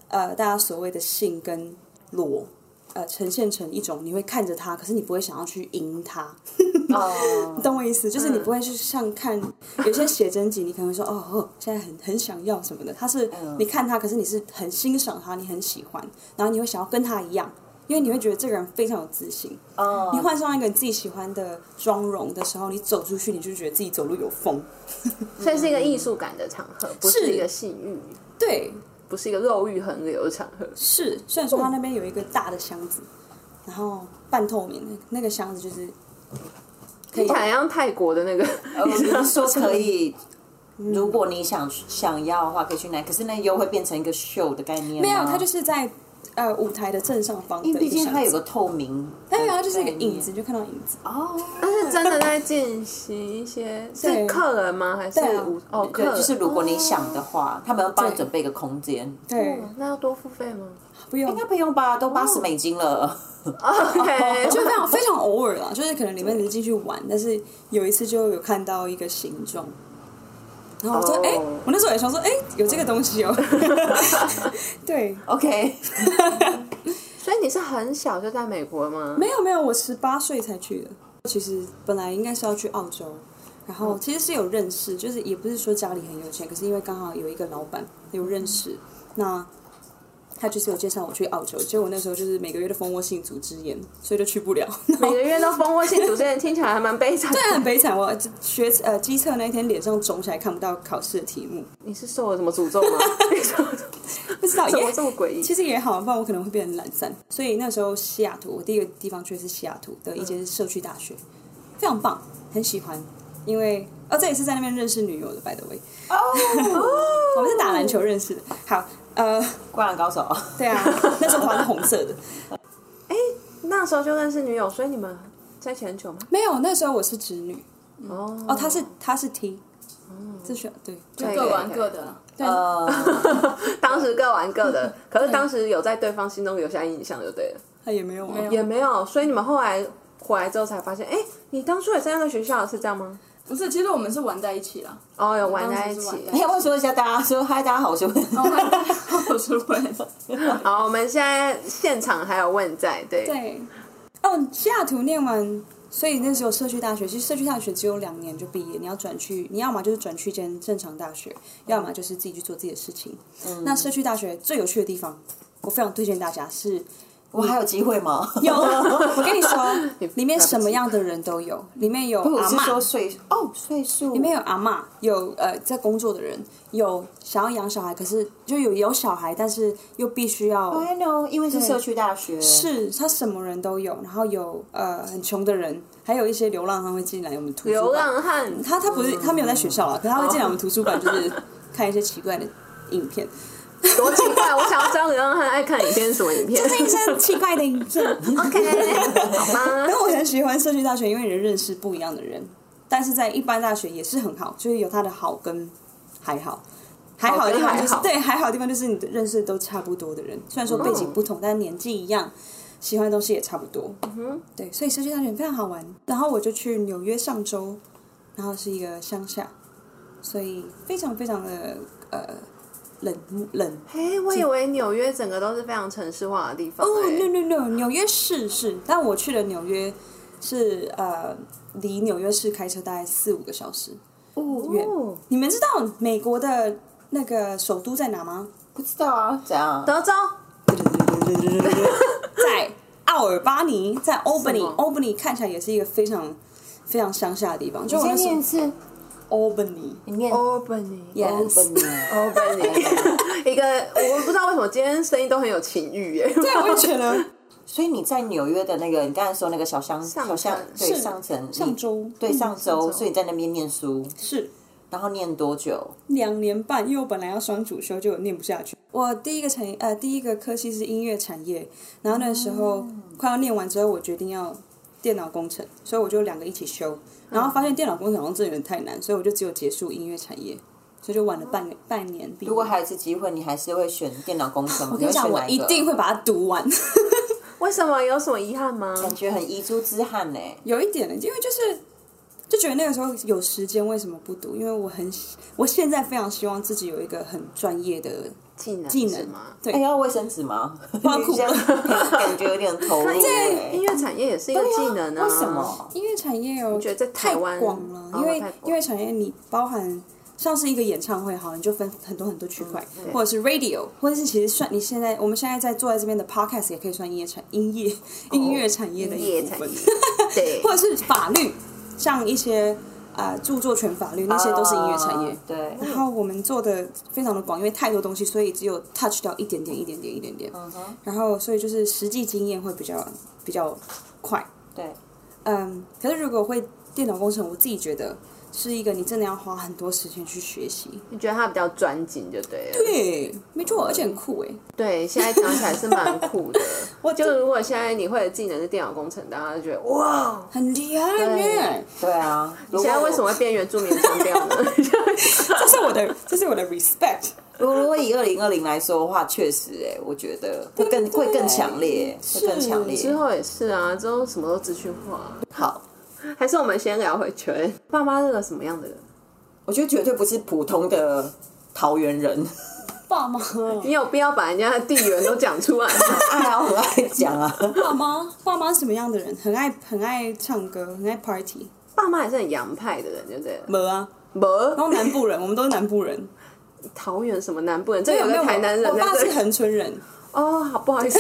Speaker 2: 呃大家所谓的性跟裸呃呈现成一种，你会看着他，可是你不会想要去赢他。
Speaker 3: 哦，
Speaker 2: 懂我意思，就是你不会去像看有些写真集，你可能会说哦哦，现在很很想要什么的。他是
Speaker 3: 嗯
Speaker 2: 你看他，可是你是很欣赏他，你很喜欢，然后你会想要跟他一样，因为你会觉得这个人非常有自信。
Speaker 3: 哦
Speaker 2: 你换上一个你自己喜欢的妆容的时候，你走出去，你就觉得自己走路有风。
Speaker 1: 所以是一个艺术感的场合，不是一个性欲，
Speaker 2: 对，
Speaker 1: 不是一个肉欲横流的场合。
Speaker 2: 是，虽然说他那边有一个大的箱子，然后半透明的那个箱子就是可
Speaker 1: 听
Speaker 2: 以
Speaker 1: 起
Speaker 3: 啊
Speaker 1: 来像泰国的那 个，
Speaker 3: 呃我们说可以。如果你想想要的话，可以去那，可是那又会变成一个秀的概念吗。
Speaker 2: 没有，它就是在呃舞台的正上方的一
Speaker 3: 因
Speaker 2: 个
Speaker 3: 为
Speaker 2: 箱
Speaker 3: 毕
Speaker 2: 子，
Speaker 3: 竟它有个透明的概
Speaker 2: 对
Speaker 3: 念，
Speaker 2: 啊，它就是一个影子，就看到影子。
Speaker 3: 哦，
Speaker 1: 但是真的在进行一些
Speaker 2: 对
Speaker 1: 是客人吗？还是
Speaker 2: 对啊
Speaker 1: 舞哦客
Speaker 3: 对，
Speaker 1: 人？
Speaker 3: 就是如果你想的话，他们帮你
Speaker 2: 对
Speaker 3: 准备一个空间，
Speaker 2: 对，
Speaker 1: 哦那要多付费吗
Speaker 2: 不用
Speaker 3: 应该，不用吧？都八十美金了，
Speaker 1: ？OK，
Speaker 2: 就非常非常偶尔啦，就是可能你们只是进去玩，但是有一次就有看到一个形状，然后我说
Speaker 3: 哦：“
Speaker 2: 哎、我那时候也想说，哎、有这个东西 哦。”对，
Speaker 3: OK，
Speaker 1: 所以你是很小就在美国吗？
Speaker 2: 没有没有，我十八岁才去的。其实本来应该是要去澳洲，然
Speaker 3: 嗯
Speaker 2: 后其实是有认识，就是也不是说家里很有钱，可是因为刚好有一个老板有认识，那他就是有介绍我去澳洲。结果那时候就是每个月都蜂窝性组织炎，所以就去不了。
Speaker 1: 每个月都蜂窝性组织炎，听起来还蛮悲惨。
Speaker 2: 但很悲惨，我学呃机测那一天脸上肿起来，看不到考试的题目，
Speaker 1: 你是受了什么诅咒 吗？ 你说
Speaker 2: 不知道
Speaker 1: 怎
Speaker 2: 也
Speaker 1: 么这么诡异？
Speaker 2: 其实也好，不然我可能会变成懒散。所以那时候西雅图，我第一个地方去的是西雅图的一间社区大学，非常棒，很喜欢。因为哦，这也是在那边认识女友的，by the way。哦，我们是打篮球认识的。好，呃，
Speaker 3: 灌篮高手，
Speaker 2: 对啊，那时候穿红色的。
Speaker 1: 哎，那时候就认识女友，所以你们在一起很久吗？
Speaker 2: 没有，那时候我是直女，
Speaker 1: 哦，
Speaker 2: 哦，她是她是 T，这需要对，
Speaker 1: 可以
Speaker 4: 各玩各的啦。
Speaker 2: 对
Speaker 3: 呃，
Speaker 1: 当时各玩各 的，可是当时有在对方心中留下印象就对了，
Speaker 2: 她也没有啊
Speaker 4: 没有
Speaker 1: 也没有。所以你们后来回来之后才发现，哎，你当初也在那个学校是这样吗？
Speaker 4: 不是，其实我们是玩在一起 啦。
Speaker 1: 哦，有玩在一
Speaker 4: 当时
Speaker 1: 起
Speaker 4: 是玩。在
Speaker 3: 你要不要说一下大家说嗨，大家好，我是温。
Speaker 4: 哦，我是问，
Speaker 1: 哦好，我们现在现场还有问在，对，
Speaker 2: 对，哦，西雅图念完，所以那时候社区大学，其实社区大学只有两年就毕业，你要转去，你要么就是转去一间正常大学，要么就是自己去做自己的事情。
Speaker 3: 嗯
Speaker 2: 那社区大学最有趣的地方，我非常推荐大家 是。
Speaker 3: 我还有机会吗？
Speaker 2: 有，我跟你说，里面什么样的人都有，里面有
Speaker 3: 我
Speaker 2: 阿
Speaker 3: 是说
Speaker 2: 嬷，
Speaker 3: 岁哦，岁数
Speaker 2: 里面有阿嬷，有呃在工作的人，有想要养小孩，可是就有有小孩，但是又必须要
Speaker 3: I know，因为是
Speaker 2: 对
Speaker 3: 社区大学，
Speaker 2: 是，他什么人都有，然后有呃很穷的人，还有一些流浪汉会进来我们图书
Speaker 1: 流
Speaker 2: 馆。
Speaker 1: 浪汉，
Speaker 2: 他他不是他没有在学校啊，可是他会进来我们图书馆，就是看一些奇怪的影片，
Speaker 1: 多奇怪！我想要知道流浪汉爱看影片是什么影片。
Speaker 2: 看一些奇怪的影片。
Speaker 1: OK，好吗
Speaker 2: 但？我很喜欢社区大学，因为你认识不一样的人，但是在一般大学也是很好，就是有它的好跟还好。还好的地方就
Speaker 1: 好跟
Speaker 2: 是
Speaker 1: 还好
Speaker 2: 对，还好的地方就是你的认识都差不多的人，虽然说背景不同，但年纪一样，喜欢的东西也差不多。
Speaker 1: 嗯
Speaker 2: 对，所以社区大学非常好玩。然后我就去纽约上周，然后是一个乡下，所以非常非常的呃冷冷。
Speaker 1: 哎，我以为纽约整个都是非常城市化的地方。
Speaker 2: 哦、
Speaker 1: 哎
Speaker 2: no no no，纽约市是，但我去的纽约是呃，离纽约市开车大概四五个小时。远
Speaker 1: 哦，
Speaker 2: 你们知道美国的那个首都在哪 吗？
Speaker 3: 不知道啊，怎样？
Speaker 1: 德州
Speaker 2: 在奥尔巴尼，在 Albany
Speaker 1: 吗。
Speaker 2: Albany 看起来也是一个非常非常乡下的地方。就
Speaker 3: 你
Speaker 2: 我
Speaker 3: 先
Speaker 2: 那时
Speaker 3: 念一
Speaker 2: 候
Speaker 3: 次，
Speaker 2: Albany，
Speaker 3: 你念
Speaker 1: Albany，Albany，
Speaker 2: yes。哦
Speaker 3: Albany
Speaker 1: 一个我不知道为什么今天声音都很有情欲耶。
Speaker 2: 对，我也觉得
Speaker 3: 所以你在纽约的那个，你刚才说那个小乡
Speaker 1: 上
Speaker 3: 小乡
Speaker 1: 层
Speaker 3: 对
Speaker 2: 是
Speaker 3: 上层
Speaker 2: 上
Speaker 3: 你
Speaker 2: 周
Speaker 3: 对上周，
Speaker 1: 周
Speaker 3: 所以你在那边念书，
Speaker 2: 是
Speaker 3: 然后念多久？
Speaker 2: 两年半，因为我本来要双主修，就念不下去。我第一个产业呃第一个科系是音乐产业，然后那时候
Speaker 3: 嗯
Speaker 2: 快要念完之后，我决定要电脑工程，所以我就两个一起修，然后发现电脑工程好像真的有点太难，所以我就只有结束音乐产业，所以就晚了半个半年毕业。
Speaker 3: 嗯如果还有一次机会，你还是会选电脑工程吗？
Speaker 2: 我跟你讲，
Speaker 3: 会
Speaker 2: 我
Speaker 3: 选哪
Speaker 2: 一
Speaker 3: 个
Speaker 2: 定会把它读完。
Speaker 1: 为什么有什么遗憾吗？
Speaker 3: 感觉很遗珠之憾呢。
Speaker 2: 有一点，因为就是就觉得那个时候有时间，为什么不读？因为我很喜，我现在非常希望自己有一个很专业的
Speaker 1: 技能
Speaker 2: 技
Speaker 1: 是
Speaker 2: 能
Speaker 1: 吗？。
Speaker 2: 对
Speaker 3: 哎，，要卫生纸吗？
Speaker 2: 包 括
Speaker 3: 感觉有点投入
Speaker 1: 那
Speaker 3: 欸。
Speaker 1: 音乐音乐产业也是一个技能啊。
Speaker 3: 为什？么？
Speaker 2: 音乐产业哦，
Speaker 1: 觉得在台
Speaker 2: 太
Speaker 1: 湾
Speaker 2: 广了，
Speaker 1: 哦
Speaker 2: 因为
Speaker 1: 太广
Speaker 2: 音乐产业你包含像是一个演唱会，好，你就分很多很多区块，
Speaker 1: 嗯对
Speaker 2: 或者是 radio，或者是其实算你现在我们现在在坐在这边的 podcast 也可以算音乐产音业、音乐产业的
Speaker 1: 哦音
Speaker 2: 一
Speaker 1: 乐
Speaker 2: 部
Speaker 1: 产
Speaker 2: 分
Speaker 1: 业，对
Speaker 2: 或，者是法律，像一些呃著作权法律那些都是音乐产业。
Speaker 3: 啊对，
Speaker 2: 然后我们做的非常的广，因为太多东西，所以只有 touch 掉一点点、一点点、一点点。
Speaker 3: 嗯哼，
Speaker 2: 然后，所以就是实际经验会比较比较快。
Speaker 3: 对，
Speaker 2: 嗯，可是如果会电脑工程，我自己觉得是一个你真的要花很多时间去学习。
Speaker 1: 你觉得他比较专精就对了。
Speaker 2: 对，没错，而且很酷哎。
Speaker 1: 对，现在讲起来是蛮酷 的。就如果现在你会的技能是电脑工程，大家就觉得哇，
Speaker 2: 很厉害 耶！
Speaker 3: 对啊。
Speaker 1: 你现在为什么会变原住民腔调呢？
Speaker 2: 这是我的，这是我的 respect。
Speaker 3: 如果如果以二零二零来说的话，确实哎、我觉得会更
Speaker 2: 对不对
Speaker 3: 会更强烈，会更强
Speaker 2: 是
Speaker 1: 之
Speaker 3: 烈。
Speaker 1: 后也是啊，之后什么都资讯化，
Speaker 3: 好，
Speaker 1: 还是我们先聊回圈。爸妈是个什么样的人？
Speaker 3: 我觉得绝对不是普通的桃园人，
Speaker 2: 爸妈，
Speaker 1: 你有必要把人家的地缘都讲出来吗？
Speaker 3: 爱啊，我爱讲啊，
Speaker 2: 爸妈，爸妈是什么样的人？很爱很爱唱歌，很爱 party。
Speaker 1: 爸妈也是很洋派的人，对不对了？
Speaker 2: 没啊，然
Speaker 1: 没
Speaker 2: 后南部人，我们都是南部人。
Speaker 1: 桃园什么南部人，这
Speaker 2: 没
Speaker 1: 有
Speaker 2: 没
Speaker 1: 个台南人
Speaker 2: 我
Speaker 1: 在
Speaker 2: 爸
Speaker 1: 这
Speaker 2: 是
Speaker 1: 里
Speaker 2: 恒春人，
Speaker 1: 哦，好不好意思，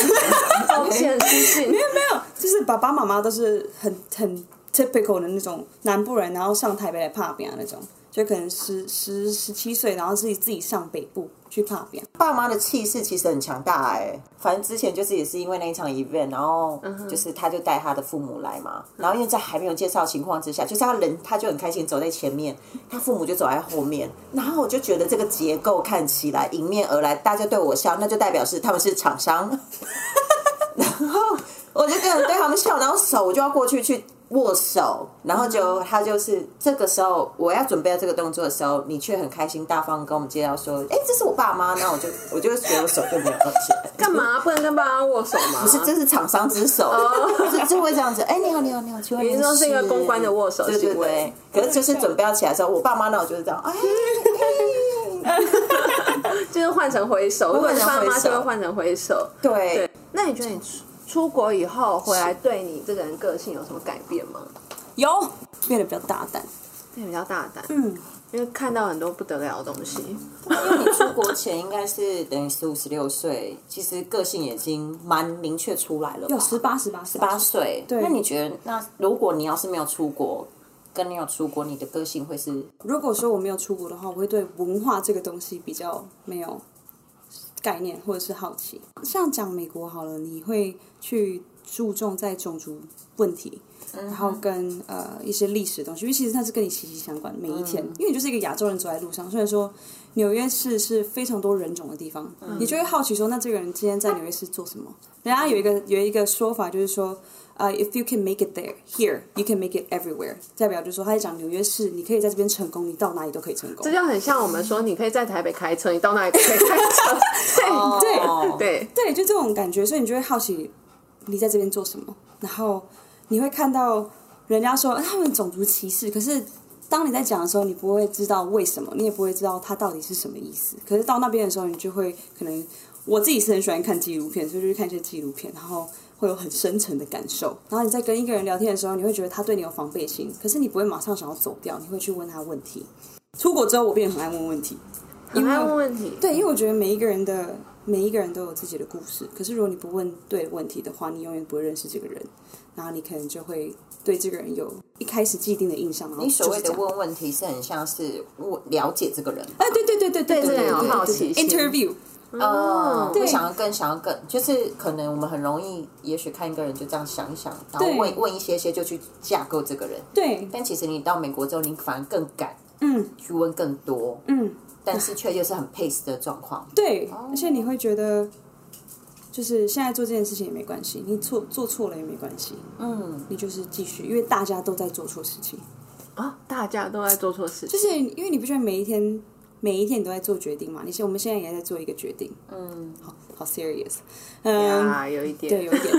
Speaker 1: 抱歉失敬。
Speaker 2: 没有，就是爸爸妈妈都是很很 typical 的那种南部人，然后上台北来怕饼那种，就可能十十十七岁，然后自己自己上北部去怕饼。
Speaker 3: 爸妈的气势其实很强大哎、反正之前就是也是因为那一场 event，然后就是他就带他的父母来嘛，然后因为在还没有介绍的情况之下，就是他人他就很开心走在前面，他父母就走在后面，然后我就觉得这个结构看起来迎面而来，大家对我笑，那就代表是他们是厂商， 然后我就跟着对他们笑，然后手我就要过去去。握手，然后就他就是这个时候我要准备要这个动作的时候，你却很开心大方跟我们介绍说，哎、这是我爸妈，那我就我就觉得我手就没有握起来。
Speaker 1: 干嘛不能跟爸妈握手吗？
Speaker 3: 不是，这是厂商之手，就就会这样子。哎、你好，你好，你好，请问
Speaker 1: 哦你
Speaker 3: 您
Speaker 1: 说是一个公关的握手
Speaker 3: 对对
Speaker 1: 行为
Speaker 3: 对。可是就是准备要起来的时候，我爸妈那我就是 这样，哎，
Speaker 1: 就是换成挥手，如果
Speaker 3: 换
Speaker 1: 是
Speaker 3: 成挥
Speaker 1: 爸
Speaker 3: 手
Speaker 1: 妈就会换成挥手。
Speaker 3: 对，
Speaker 1: 那你觉得你出出国以后回来，对你这个人个性有什么改变吗？
Speaker 2: 有变得比较大胆，
Speaker 1: 变得比较大胆，
Speaker 2: 嗯，
Speaker 1: 因为看到很多不得了的东西。
Speaker 3: 因为你出国前应该是等于十五、十六岁，其实个性已经蛮明确出来了吧
Speaker 2: 有？十八十八十
Speaker 3: 八，岁，
Speaker 2: 对
Speaker 3: 那你觉得，那如果你要是没有出国，跟你有出国，你的个性会是
Speaker 2: 如果说我没有出国的话，我会对文化这个东西比较没有概念或者是好奇。像讲美国好了，你会去注重在种族问题，然后跟呃一些历史的东西，因为其实它是跟你息息相关。每一天，因为你就是一个亚洲人走在路上，虽然说纽约市是非常多人种的地方，你就会好奇说，那这个人今天在纽约市做什么？人家有一个有一个说法就是说。呃、i f you can make it there, here, you can make it everywhere。代表就是说，他在讲纽约市，你可以在这边成功，你到哪里都可以成功
Speaker 1: 这。就很像我们说，你可以在台北开车，你到哪里都可以开 车。
Speaker 2: 对
Speaker 3: 哦
Speaker 1: 对，
Speaker 2: 对，就这种感觉，所以你就会好奇你在这边做什么，然后你会看到人家说啊他们种族歧视，可是当你在讲的时候，你不会知道为什么，你也不会知道它到底是什么意思。可是到那边的时候，你就会可能我自己是很喜欢看纪录片，所以就去看一些纪录片，然后会有很深层的感受。然后你在跟一个人聊天的时候，你会觉得他对你有防备心，可是你不会马上想要走掉，你会去问他问题。出国之后，我变得很爱问问题，
Speaker 1: 很爱问问题。
Speaker 2: 对，因为我觉得每一个人的每一个人都有自己的故事，可是如果你不问对问题的话，你永远不会认识这个人，然后你可能就会对这个人有一开始既定的印象。然后
Speaker 3: 你所谓
Speaker 2: 就
Speaker 3: 的
Speaker 2: 是这样，
Speaker 3: 问问题，是很像是我了解这个人，
Speaker 2: 哎、对对对对对
Speaker 1: 对这个人有好奇心
Speaker 2: interview，
Speaker 3: 哦，
Speaker 2: 对
Speaker 3: 会想要更想要更，就是可能我们很容易，也许看一个人就这样想一想，然后
Speaker 2: 对
Speaker 3: 问问一些些就去架构这个人。
Speaker 2: 对，
Speaker 3: 但其实你到美国之后，你反而更敢
Speaker 2: 嗯
Speaker 3: 去问更多，
Speaker 2: 嗯，
Speaker 3: 但是却又是很 pace 的状况。
Speaker 2: 对，而且你会觉得。就是现在做这件事情也没关系，你错做错了也没关系，
Speaker 3: 嗯，
Speaker 2: 你就是继续，因为大家都在做错事情，
Speaker 1: 啊，大家都在做错事
Speaker 2: 就
Speaker 1: 情。
Speaker 2: 是因为你不觉得每一天每一天你都在做决定嘛？你现我们现在也在做一个决定，嗯，好好 serious，嗯，
Speaker 1: 啊，有一
Speaker 2: 对，
Speaker 1: 点。
Speaker 2: 有一点。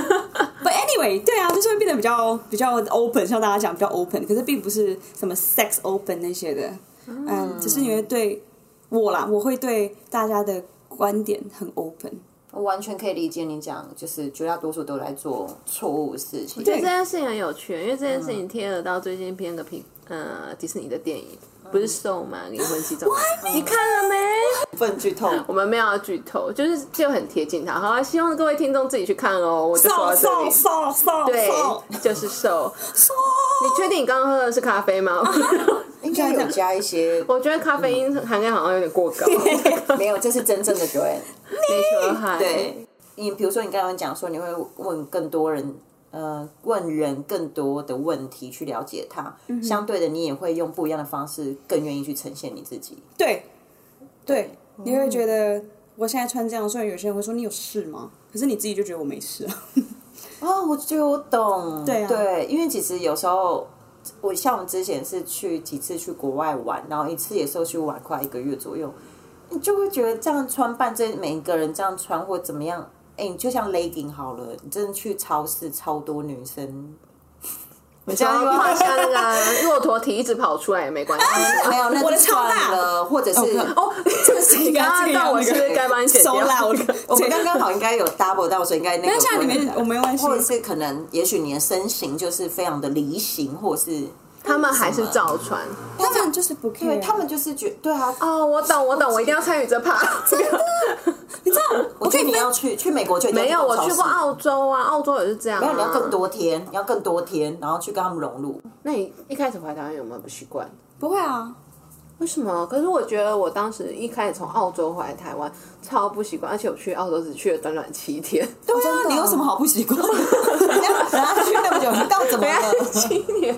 Speaker 2: But anyway，对啊，就是会变得比较比较 open，像大家讲比较 open，可是并不是什么 sex open 那些的，嗯，只是你会对我啦，我会对大家的观点很 open，
Speaker 3: 我完全可以理解你讲，就是绝大多数都来做错误的事情。
Speaker 1: 这件事情很有趣，因为这件事情贴了到最近编个评呃迪士尼的电影，不是《兽吗？离婚其中》，你看了没？
Speaker 3: 分剧透，
Speaker 1: 我们没有要剧透，就是就很贴近他。好啊，希望各位听众自己去看哦。我就说到
Speaker 2: 少
Speaker 1: 这
Speaker 2: 少
Speaker 1: 里，
Speaker 2: 少少
Speaker 1: 对
Speaker 2: 少，
Speaker 1: 就是瘦。你确定你刚刚喝的是咖啡吗？
Speaker 3: 应该有加一些，
Speaker 1: 我觉得咖啡因含量好像有点过高。
Speaker 3: 没有，这是真正的 Joanne。
Speaker 1: Nature High，
Speaker 3: 对，你比如说你刚刚讲说你会问更多人，呃，问人更多的问题去了解他，相对的你也会用不一样的方式，更愿意去呈现你自己。
Speaker 2: 对，对，你会觉得我现在穿这样，虽然有些人会说你有事吗？可是你自己就觉得我没事啊。
Speaker 3: 哦，我觉得我懂，
Speaker 2: 对啊
Speaker 3: 因为其实有时候。我像我们之前是去几次去国外玩，然后一次也是去玩快一个月左右，你就会觉得这样穿扮，这每一个人这样穿或怎么样， 哎、你就像 legging 好了，你真的去超市超多女生
Speaker 1: 你 就要画像啊那个骆驼蹄子跑出来也没关系。
Speaker 3: 没有，那
Speaker 2: 我的
Speaker 3: 就
Speaker 2: 超大
Speaker 3: 算了，或者是
Speaker 2: 哦，这个是应该
Speaker 1: 刚刚
Speaker 2: 这样
Speaker 1: 到我是不是该帮你剪
Speaker 2: so
Speaker 1: 掉
Speaker 2: loud？
Speaker 3: 我们刚刚好应该有 double 到，所以应该那个
Speaker 2: 但像你
Speaker 3: 不会
Speaker 2: 们
Speaker 3: 的
Speaker 2: 我没关系
Speaker 3: 或者是可能，也许你的身形就是非常的梨形，或者是
Speaker 2: 啊
Speaker 1: 他们还是照穿。
Speaker 2: 他们就是不 care，
Speaker 3: 对他们就是觉对啊，
Speaker 1: 哦，我懂，我懂，我一定要参与这趴。
Speaker 2: 你知道，
Speaker 3: 我
Speaker 2: 我可
Speaker 3: 觉得
Speaker 2: 以
Speaker 3: 你
Speaker 2: 分
Speaker 3: 要去去美国就一定要
Speaker 1: 没有，我
Speaker 3: 超
Speaker 1: 去
Speaker 3: 市
Speaker 1: 过，澳洲啊，澳洲也是这样、
Speaker 3: 没
Speaker 1: 啊。
Speaker 3: 有你要更。多天，你要更多天，然后去跟他们融入。
Speaker 1: 那你一开始回台湾有没有不习惯？
Speaker 2: 不会啊，
Speaker 1: 为什么？可是我觉得我当时一开始从澳洲回来台湾超不习惯，而且我去澳洲只去了短短七天，
Speaker 3: 对
Speaker 2: 真的啊
Speaker 3: 你有什么好不习惯？哦 然后去那么久，你到底 怎么了？
Speaker 1: 七天，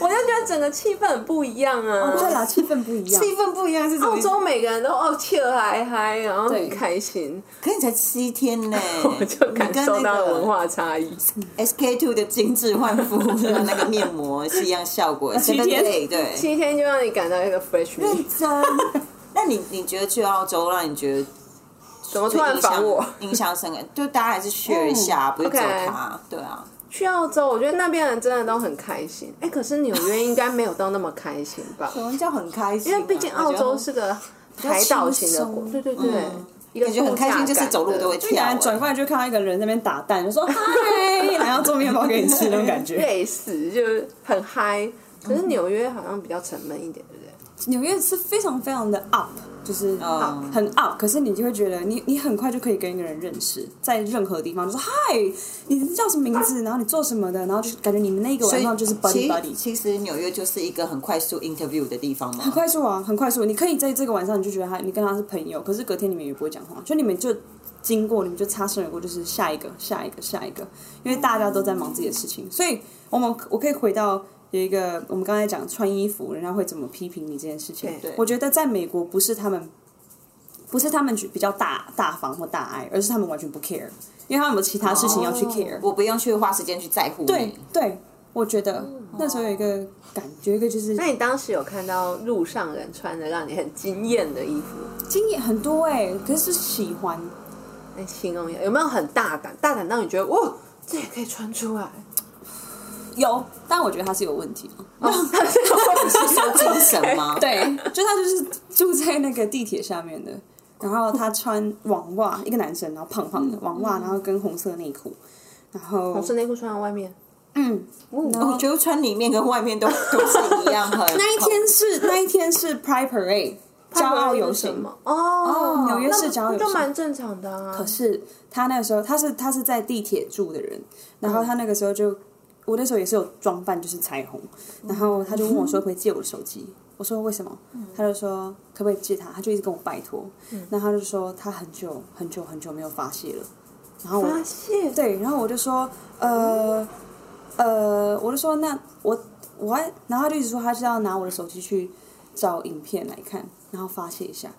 Speaker 1: 我就觉得整个气氛很不一样啊。
Speaker 2: 对啦，气氛不一样。
Speaker 3: 气氛不一样是怎么
Speaker 1: 澳
Speaker 3: 意思？
Speaker 1: 洲每个人都哦气得嗨嗨，然后很开心，
Speaker 3: 可是你才七天呢，
Speaker 1: 我就感受到了文化差异。
Speaker 3: SK two 的精致焕肤的那个面膜是一样效果，
Speaker 2: 七天
Speaker 3: 对对，
Speaker 1: 七天就让你感到一个 fresh me，
Speaker 3: 认真。那你你觉得去澳洲让你觉得
Speaker 1: 怎么突然
Speaker 3: 反
Speaker 1: 烦我？嗯
Speaker 3: 印象深刻？就大家还是 share 一下，不是只有
Speaker 1: OK
Speaker 3: 他，对啊。
Speaker 1: 去澳洲，我觉得那边人真的都很开心。哎，可是纽约应该没有到那么开心吧？
Speaker 3: 我们叫很开心啊，
Speaker 1: 因为毕竟澳洲是个海岛型的国，
Speaker 2: 比
Speaker 1: 对对对，一个
Speaker 3: 感觉很开心，就是走路都会
Speaker 1: 度假感的
Speaker 2: 突
Speaker 3: 跳
Speaker 2: 然。啊转过来就看到一个人在那边打蛋， 就说嗨，然后做面包给你吃那种感觉。
Speaker 1: 类似，就是很嗨。可是纽约好像比较沉闷一点，对不对？
Speaker 2: 纽约是非常非常的 up，就是
Speaker 3: 嗯
Speaker 2: 很 up，可是你就会觉得你你很快就可以跟一个人认识，在任何地方就说嗨，你叫什么名字，然后你做什么的，然后就感觉你们那个
Speaker 3: 所
Speaker 2: 晚
Speaker 3: 以
Speaker 2: 上就是 buddy
Speaker 3: 其
Speaker 2: buddy。
Speaker 3: 其实纽约就是一个很快速 interview 的地方嘛
Speaker 2: 很。快速啊，很快速！你可以在这个晚上，你就觉得他，你跟他是朋友，可是隔天你们也不会讲话，就你们就经过，你们就擦身而过，就是下一个，下一个，下一个，因为大家都在忙自己的事情，所以我们我可以回到有一个我们刚才讲穿衣服，人家会怎么批评你这件事情。
Speaker 1: 对
Speaker 2: 我觉得在美国不是他们，不是他们比较大大方或大爱，而是他们完全不 care，因为他们有其他事情要去 care。
Speaker 3: 我不用去花时间去在乎你。
Speaker 2: 哦对对，我觉得那时候有一个感觉，一个就是
Speaker 1: 那你当时有看到路上人穿的让你很惊艳的衣服，
Speaker 2: 经验很多哎、可是就是喜欢。
Speaker 1: 那形容一下有没有很大胆？大胆到你觉得哇，这也可以穿出来？
Speaker 2: 有，但我觉得他是有问题的。
Speaker 1: 哦，他这个
Speaker 3: 你是说精神吗？
Speaker 2: 对，就他就是住在那个地铁下面的，然后他穿网袜，一个男生，然后胖胖的网袜，然后跟红色内裤，然后
Speaker 1: 红色内裤穿到外面，
Speaker 2: 嗯，然后
Speaker 3: 我觉得穿里面跟外面都都是一样很。
Speaker 2: 那一天是那一天是 Pride Parade 骄傲游
Speaker 1: 是什
Speaker 2: 行，
Speaker 1: 么？哦，
Speaker 2: 纽约市骄傲
Speaker 1: 那
Speaker 2: 游行
Speaker 1: 就蛮正常的啊
Speaker 2: 可。是他那个时候他是他是在地铁住的人，然
Speaker 1: 嗯
Speaker 2: 后他那个时候就我那时候也是有装扮，就是彩虹，
Speaker 1: 嗯
Speaker 2: 然后他就问我说可不可以借我的手机。我说为什么？他就说可不可以借他？他就一直跟我拜托。
Speaker 1: 嗯
Speaker 2: 那他就说他很久很久很久没有发泄了。然后我
Speaker 1: 发现
Speaker 2: 对，然后我就说，呃，呃，我就说那我我还，然后他就一直说他就要拿我的手机去找影片来看，然后发泄一下，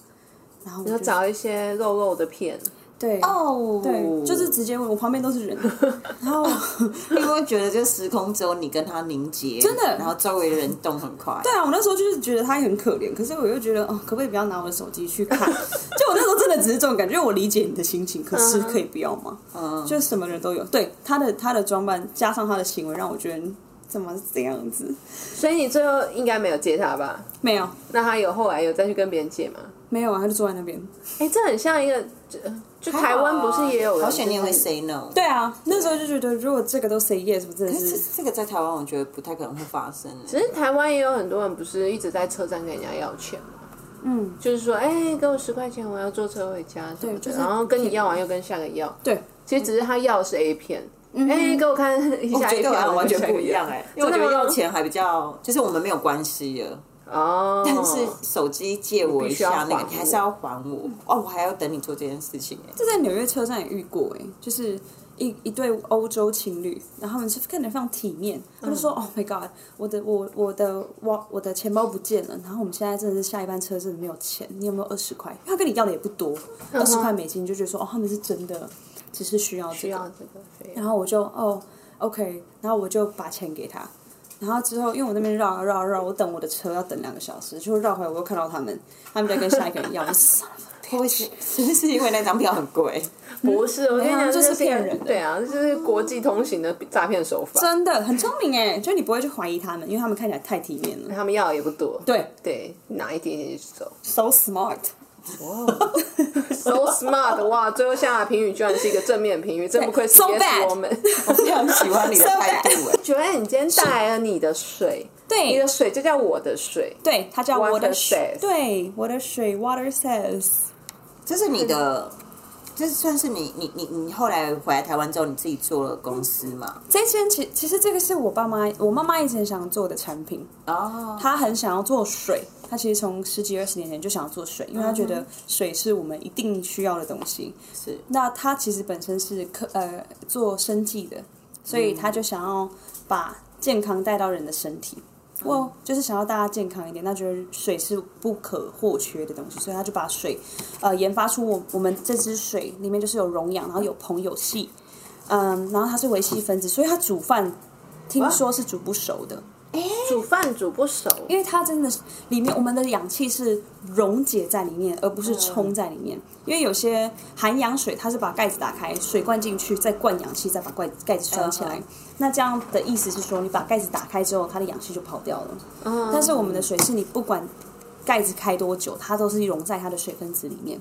Speaker 2: 然后我
Speaker 1: 你就
Speaker 2: 就
Speaker 1: 找一些肉肉的片，
Speaker 2: 对
Speaker 3: 哦，
Speaker 2: 对，就是直接问我旁边都是 人，然后
Speaker 3: 你会不会觉得这时空只有你跟他凝结，
Speaker 2: 真的
Speaker 3: 然后周围的人动很快。
Speaker 2: 对啊，我那时候就是觉得他也很可怜，可是我又觉得哦，可不可以不要拿我的手机去 看？就我那时候真的只是这种感觉，因为我理解你的心情，可是可以不要吗？
Speaker 3: 嗯，
Speaker 2: 就是什么人都有，对他的他的装扮加上他的行为，让我觉得嗯怎么是这样子？
Speaker 1: 所以你最后应该没有接他吧？
Speaker 2: 没有
Speaker 1: 那他有后来有再去跟别人借吗？
Speaker 2: 没有啊，他就坐在那边。
Speaker 1: 哎，这很像一个，就就台湾不是也有人？
Speaker 3: 好险你也会 say no。
Speaker 2: 对啊，那时候就觉得如果这个都 say yes，我真的
Speaker 3: 可是
Speaker 2: 是
Speaker 3: 这个在台湾，我觉得不太可能会发生。
Speaker 1: 只是台湾也有很多人不是一直在车站跟人家要钱吗？
Speaker 2: 嗯，
Speaker 1: 就是说，哎、给我十块钱，我要坐车回家什么的，
Speaker 2: 对就是
Speaker 1: 然后跟你要完又跟下个要，
Speaker 2: 对，
Speaker 1: 其实只是他要的是 A 片，哎、给我看一
Speaker 3: 嗯我
Speaker 1: 下
Speaker 3: 觉
Speaker 1: A
Speaker 3: 得
Speaker 1: 片，
Speaker 3: 我完全
Speaker 1: 我就下一
Speaker 3: 不
Speaker 1: 个
Speaker 3: 一
Speaker 1: 要
Speaker 3: 样哎、因为我
Speaker 1: 真
Speaker 3: 觉
Speaker 1: 的
Speaker 3: 得
Speaker 1: 吗
Speaker 3: 要钱还比较，就是我们没有关系了。
Speaker 1: 哦，
Speaker 3: 但是手机借我一
Speaker 1: 你必须要
Speaker 3: 下，那
Speaker 1: 还
Speaker 3: 个
Speaker 1: 我
Speaker 3: 你还是要还我哦，我还要等你做这件事情哎、
Speaker 2: 这在纽约车站也遇过哎、就是一一对欧洲情侣，然后他们是看起来非常体面，他们就说、Oh my God，我的我我的我我的钱包不见了，然后我们现在真的是下一班车真的没有钱，你有没有二十块？因为他跟你要的也不多，二十块美金你就觉得说哦，他们是真的只是需要这
Speaker 1: 需
Speaker 2: 个
Speaker 1: 要这个费用
Speaker 2: 然后我就哦，OK，然后我就把钱给他，然后之后因为我那边绕啊绕啊绕，我等我的车要等两个小时，就绕回来我又看到他们，他们在跟下一个人要，我死了。
Speaker 3: 会不会是是不是因为那张票很贵？
Speaker 1: 不是，我跟你
Speaker 3: 啊
Speaker 2: 没有
Speaker 1: 讲，
Speaker 2: 这
Speaker 1: 这
Speaker 2: 是骗人的
Speaker 1: 对啊，这是国际通行的诈骗手法。
Speaker 2: 真的很聪明哎，就你不会去怀疑他们，因为他们看起来太体面了。
Speaker 1: 他们要的也不多，
Speaker 2: 对
Speaker 1: 对，拿一点点就走。
Speaker 2: ，so smart。
Speaker 1: So smart，哇！ 最后下的评语居然是一个正面评语，真不愧是
Speaker 2: So bad
Speaker 1: 我们。
Speaker 3: 我 非常喜欢你的
Speaker 2: So
Speaker 3: 态度、哎
Speaker 1: 觉得你今天带来了你的水，你
Speaker 2: 对
Speaker 1: 的水就叫我的水，
Speaker 2: 对，他叫
Speaker 1: Water
Speaker 2: 我的水
Speaker 1: says，
Speaker 2: 对我的水 water says，
Speaker 3: 这是你的，这算是你你你你后来回来台湾之后，你自己做了公司嘛？
Speaker 2: 这间其其实这个是我爸妈，我妈妈一直很想做的产品，
Speaker 3: 哦，
Speaker 2: 她很想要做水，她其实从十几二十年前就想要做水，因为她觉得水是我们一定需要的东西。
Speaker 3: 嗯是
Speaker 2: 那她其实本身是科呃做生计的，所以她就想要把健康带到人的身体。
Speaker 3: 嗯
Speaker 2: 我就是想要大家健康一点，那觉得水是不可或缺的东西，所以她就把水，呃，研发出我我们这支水里面就是有溶氧，然后有硼有硒，嗯，然后它是维 C 分子，所以它煮饭听说是煮不熟的。
Speaker 1: 煮饭煮不熟，
Speaker 2: 因为它真的是里面我们的氧气是溶解在里面，而不是冲在里面。因为有些含氧水，它是把盖子打开，水灌进去，再灌氧气，再把盖盖子拴起来。
Speaker 3: 嗯
Speaker 2: 那这样的意思是说，你把盖子打开之后，它的氧气就跑掉了。
Speaker 1: 嗯
Speaker 2: 但是我们的水是你不管盖子开多久，它都是溶在它的水分子里面。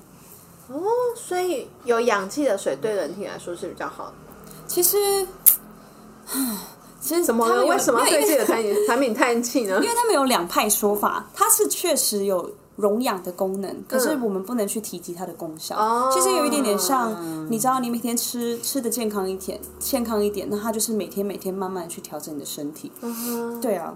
Speaker 1: 哦，所以有氧气的水对人体来说是比较好的。
Speaker 2: 其实，唉其实
Speaker 1: 怎么
Speaker 2: 他们
Speaker 1: 了？
Speaker 2: 有
Speaker 1: 为什么要
Speaker 2: 因
Speaker 1: 对自己的产 品产品叹气呢
Speaker 2: 因？为他们有两派说法，它是确实有溶氧的功能，可是我们不能去提及它的功效。
Speaker 1: 哦
Speaker 2: 其实有一点点像，你知道，你每天吃吃的健康一点，健康一点，那它就是每天每天慢慢去调整你的身体。对啊，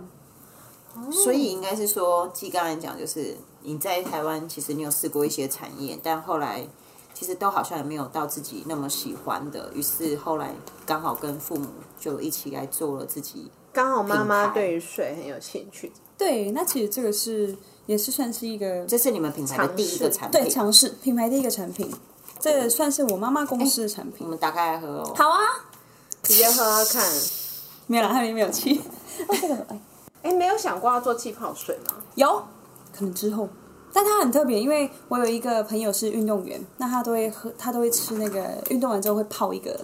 Speaker 3: 所以应该是说，继刚才讲，就是你在台湾，其实你有试过一些产业，但后来其实都好像也没有到自己那么喜欢的，于是后来刚好跟父母就一起来做了自己。
Speaker 1: 刚好妈妈
Speaker 3: 品牌
Speaker 1: 对于水很有兴趣，
Speaker 2: 对，那其实这个是也是算是一个
Speaker 3: 这是你们品牌的第一个产品，
Speaker 2: 对尝试品牌的一个产品，这个算是我妈妈公司的产
Speaker 3: 我
Speaker 2: 品。
Speaker 3: 们打开来喝哦。
Speaker 2: 哎好啊，
Speaker 1: 直接喝喝看。
Speaker 2: 没有啦，它里面没有气。哦，这个哎。
Speaker 1: 哎，没有想过要做气泡水吗？
Speaker 2: 有，可能之后。但他很特别，因为我有一个朋友是运动员，那他都会喝，他都会吃那个运动完之后会泡一个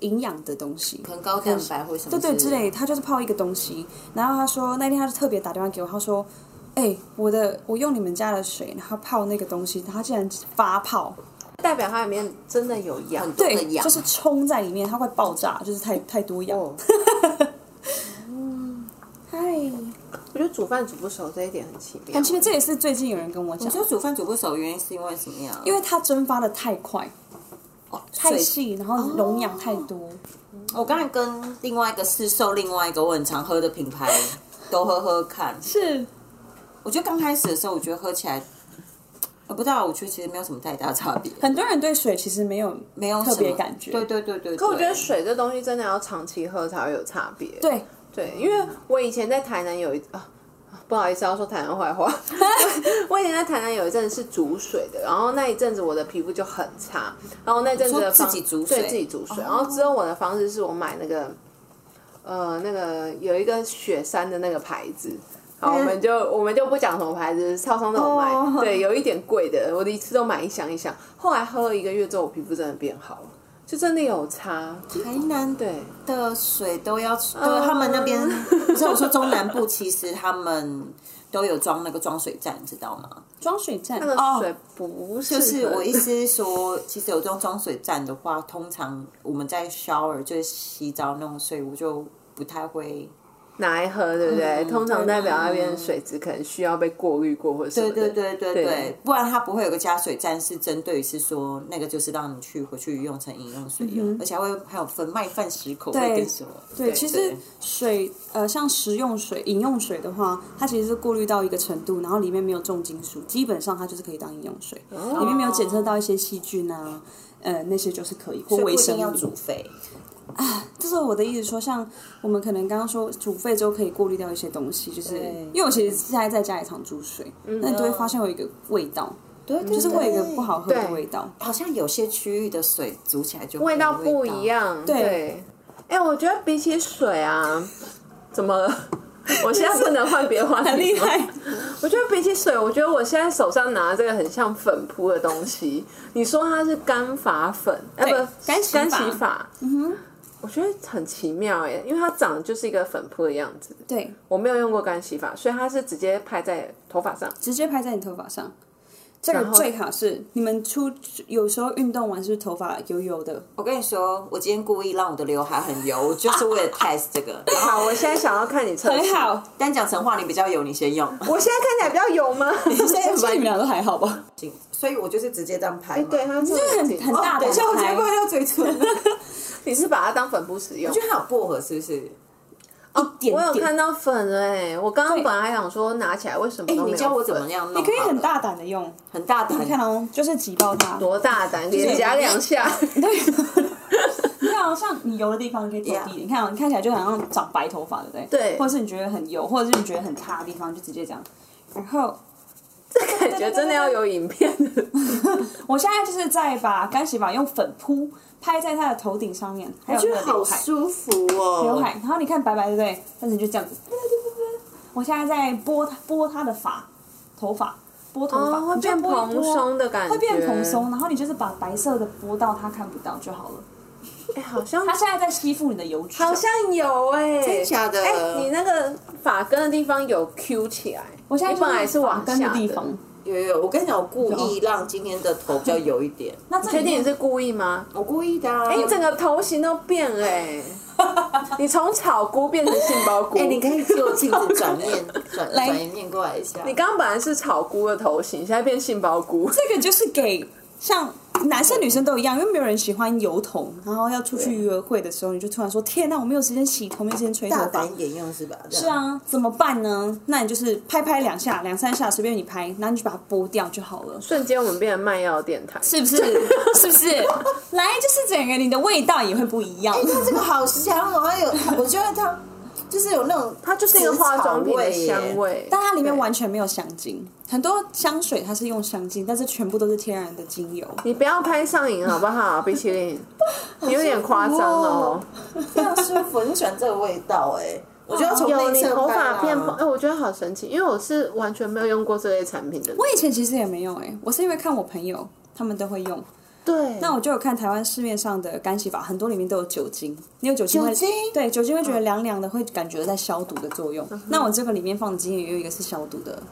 Speaker 2: 营养的东西，
Speaker 3: 可能高蛋白或什
Speaker 2: 对
Speaker 3: 么
Speaker 2: 对之
Speaker 3: 类的。
Speaker 2: 类，他就是泡一个东西。然后他说那天他就特别打电话给我，他说：“哎、我的我用你们家的水，然后泡那个东西，它竟然发泡，
Speaker 1: 代表它里面真的有氧
Speaker 3: 很，多的
Speaker 2: 对，
Speaker 3: 氧
Speaker 2: 就是冲在里面，它快爆炸，就是太太多氧。
Speaker 1: 哦
Speaker 2: 嗨，
Speaker 1: 我觉得煮饭煮不熟这一点很奇妙
Speaker 2: 很。奇怪，这也是最近有人跟我讲
Speaker 3: 你，说煮饭煮不熟，原因是因为什么样？
Speaker 2: 因为它蒸发的太快、
Speaker 3: 哦
Speaker 2: 太
Speaker 3: 水
Speaker 2: 细，然后溶氧太多。
Speaker 3: 我刚才跟另外一个市售另外一个我很常喝的品牌 都喝喝看，
Speaker 2: 是
Speaker 3: 我觉得刚开始的时候，我觉得喝起来，呃我不知道，我觉得其实没有什么太大差别，
Speaker 2: 很多人对水其实没有
Speaker 3: 没有什么
Speaker 2: 特别感觉
Speaker 3: 对对对对对。
Speaker 1: 可我觉得水这东西真的要长期喝才会有差别。
Speaker 2: 对，
Speaker 1: 对，因为我以前在台南有一啊，不好意思要说台南坏 话，我以前在台南有一阵是煮水的，然后那一阵子我的皮肤就很差，然后那阵子的
Speaker 3: 你说
Speaker 1: 方
Speaker 3: 自己煮水哦
Speaker 1: 对自己煮水，然后之后我的方式是我买那个呃那个有一个雪山的那个牌子。好，我们就我们就不讲什么牌子，超商都有卖。
Speaker 3: 嗯哦
Speaker 1: 对，有一点贵的，我一次都买一箱一箱。后来喝了一个月之后，我皮肤真的变好了，就真的有差。
Speaker 3: 台南
Speaker 1: 对，
Speaker 3: 的水都要，对他们那 边，不是我说中南部，其实他们都有装那个装水站，你知道吗？
Speaker 2: 装水站
Speaker 1: 那个
Speaker 2: 哦
Speaker 1: 水不是、
Speaker 3: 就是我意思是说，其实有这种装水站的话，通常我们在 shower 就是洗澡那种水，我就不太会。
Speaker 1: 拿来喝，对不对？
Speaker 2: 嗯
Speaker 1: 通常代表那边的水质可能需要被过滤过或者什么的。
Speaker 3: 对对对对对，
Speaker 1: 对
Speaker 3: 不然它不会有个加水站是针对于是说那个就是让你去回去用成饮用水用，而且还会还有分麦饭石口味
Speaker 2: 对
Speaker 3: 跟什么。
Speaker 2: 对，其实
Speaker 3: 对
Speaker 2: 水呃，像食用水、饮用水的话，它其实是过滤到一个程度，然后里面没有重金属，基本上它就是可以当饮用水，
Speaker 3: 哦
Speaker 2: 里面没有检测到一些细菌啊，呃，那些就是可以或
Speaker 3: 所以
Speaker 2: 微
Speaker 3: 不一
Speaker 2: 生
Speaker 3: 定要
Speaker 2: 物。
Speaker 3: 煮沸，
Speaker 2: 就是我的意思说，像我们可能刚刚说煮沸之后可以过滤掉一些东西，就是
Speaker 3: 对嗯
Speaker 2: 因为我其实现在在家里常煮水，那你都会发现有一个味道，
Speaker 3: 对，
Speaker 2: 就是会有一个不好喝的
Speaker 1: 对
Speaker 2: 味道。
Speaker 3: 好像有些区域的水煮起来就
Speaker 1: 味道
Speaker 3: 不
Speaker 1: 不一。样。
Speaker 2: 对
Speaker 1: 对，哎、我觉得比起水啊，怎么了？我现在不能换别的话题，
Speaker 2: 很厉害。
Speaker 1: 我觉得比起水，我觉得我现在手上拿的这个很像粉扑的东西。你说它是干发粉，哎、
Speaker 2: 对
Speaker 1: 不，
Speaker 2: 干洗
Speaker 1: 干
Speaker 2: 法
Speaker 1: 洗法。嗯哼，我觉得很奇妙哎，因为它长得就是一个粉扑的样子。
Speaker 2: 对，
Speaker 1: 我没有用过干洗法，所以它是直接拍在头发上。
Speaker 2: 直接拍在你头发上。这个
Speaker 1: 然后
Speaker 2: 最好是你们出有时候运动完是不是头发油油的？
Speaker 3: 我跟你说，我今天故意让我的刘海很油，就是为了 test 这个。然后
Speaker 1: 好，我现在想要看你测试。
Speaker 2: 很，好，
Speaker 3: 但讲成话，你比较油，你先用。
Speaker 1: 我现在看起来比较油吗？
Speaker 2: 所以你们俩都还好吧？
Speaker 3: 所以我就是直接这样拍
Speaker 1: 哎，
Speaker 3: 嘛。
Speaker 1: 对，它这
Speaker 2: 这很很大胆
Speaker 3: 哦，等一下，我直接
Speaker 2: 拍
Speaker 3: 快要嘴唇了。
Speaker 1: 你是把它当粉扑使用
Speaker 3: 我觉？得它有薄荷，是不是？
Speaker 2: 一点
Speaker 1: 我有
Speaker 2: 点。
Speaker 1: 看到粉哎、我刚刚
Speaker 2: 对
Speaker 1: 本来还想说拿起来为什么
Speaker 3: 哎、
Speaker 1: 都没有
Speaker 3: 你教我怎么
Speaker 1: 粉
Speaker 3: 样弄？
Speaker 2: 你可以很，大胆的用，
Speaker 3: 很大胆。
Speaker 2: 你看哦，就是挤爆它。
Speaker 1: 多大胆，脸颊两下。
Speaker 2: 你看哦，像你油的地方可以投
Speaker 3: Yeah
Speaker 2: 地，你看哦，你看起来就好像长白头发，对不对？
Speaker 1: 对
Speaker 2: 或者是你觉得很油，或者是你觉得很塌的地方，就直接这样。然后
Speaker 1: 感觉真的要有影片的。
Speaker 2: 我现在就是在把干洗法用粉扑拍在他的头顶上面，还有他的刘海。
Speaker 3: 舒服哦，
Speaker 2: 刘海，然后你看白白对不对？但是你就这样子，我现在在拨它拨它的发，头发拨头发，
Speaker 1: 哦会
Speaker 2: 你就
Speaker 1: 变
Speaker 2: 拨一
Speaker 1: 蓬
Speaker 2: 拨
Speaker 1: 松的感
Speaker 2: 会变
Speaker 1: 觉
Speaker 2: 蓬松，然后你就是把白色的拨到它看不到就好了。
Speaker 1: 哎、好像
Speaker 2: 它现在在吸附你的油脂，
Speaker 1: 好像有哎、
Speaker 3: 真假的
Speaker 1: 哎、你那个发根的地方有 Q 起来，
Speaker 2: 我现在
Speaker 1: 你本来是往
Speaker 2: 根
Speaker 1: 下
Speaker 2: 的地方。
Speaker 3: 有有，我跟你讲，我故意让今天的头比较油一点，
Speaker 2: 那这
Speaker 1: 确
Speaker 2: 里
Speaker 1: 定你
Speaker 2: 面
Speaker 1: 是故意吗？
Speaker 3: 我故意的、啊。
Speaker 1: 哎、你整个头型都变了哎、你从草菇变成杏鲍菇。
Speaker 3: 哎、你可以做镜子转面，转
Speaker 2: 来
Speaker 3: 转面过来一下。
Speaker 1: 你刚刚本来是草菇的头型，现在变杏鲍菇。
Speaker 2: 这个就是给像男生女生都一样，因为没有人喜欢油头，然后要出去约会的时候，你就突然说：“天哪，我没有时间洗头，没有时间吹头
Speaker 3: 大
Speaker 2: 发
Speaker 3: 胆。一点用是吧？”
Speaker 2: 是
Speaker 3: 是，
Speaker 2: 啊，怎么办呢？那你就是拍拍两下、两三下，随便你拍，然后你就把它拨掉就好了。
Speaker 1: 瞬间我们变成卖药电台，
Speaker 2: 是不是？是不是？来，就是整个你的味道也会不一 样。
Speaker 3: 哎它这个好香哦，它有，我觉得它就是有那种，
Speaker 1: 它就是一个化妆品的香味。
Speaker 2: 但它里面完全没有香精，很多香水它是用香精，但是全部都是天然的精油。
Speaker 1: 你不要拍上瘾好不好，冰淇 淋？你有点夸张哦。
Speaker 3: 非常舒服，我就喜欢这个味道哎、我觉得要从
Speaker 1: 哦有
Speaker 3: 内
Speaker 1: 你
Speaker 3: 侧
Speaker 1: 头
Speaker 3: 拍
Speaker 1: 发
Speaker 3: 啊
Speaker 1: 变蓬，哎、我觉得好神奇，因为我是完全没有用过这类产品的人。
Speaker 2: 我以前其实也没有哎、我是因为看我朋友他们都会用，
Speaker 1: 对，
Speaker 2: 那我就有看台湾市面上的干洗法，很多里面都有酒精，你有酒精会
Speaker 3: 酒精
Speaker 2: 对酒精会觉得凉凉的，会感觉在消毒的作用。那我这个里面放的精油也有一个是消毒的。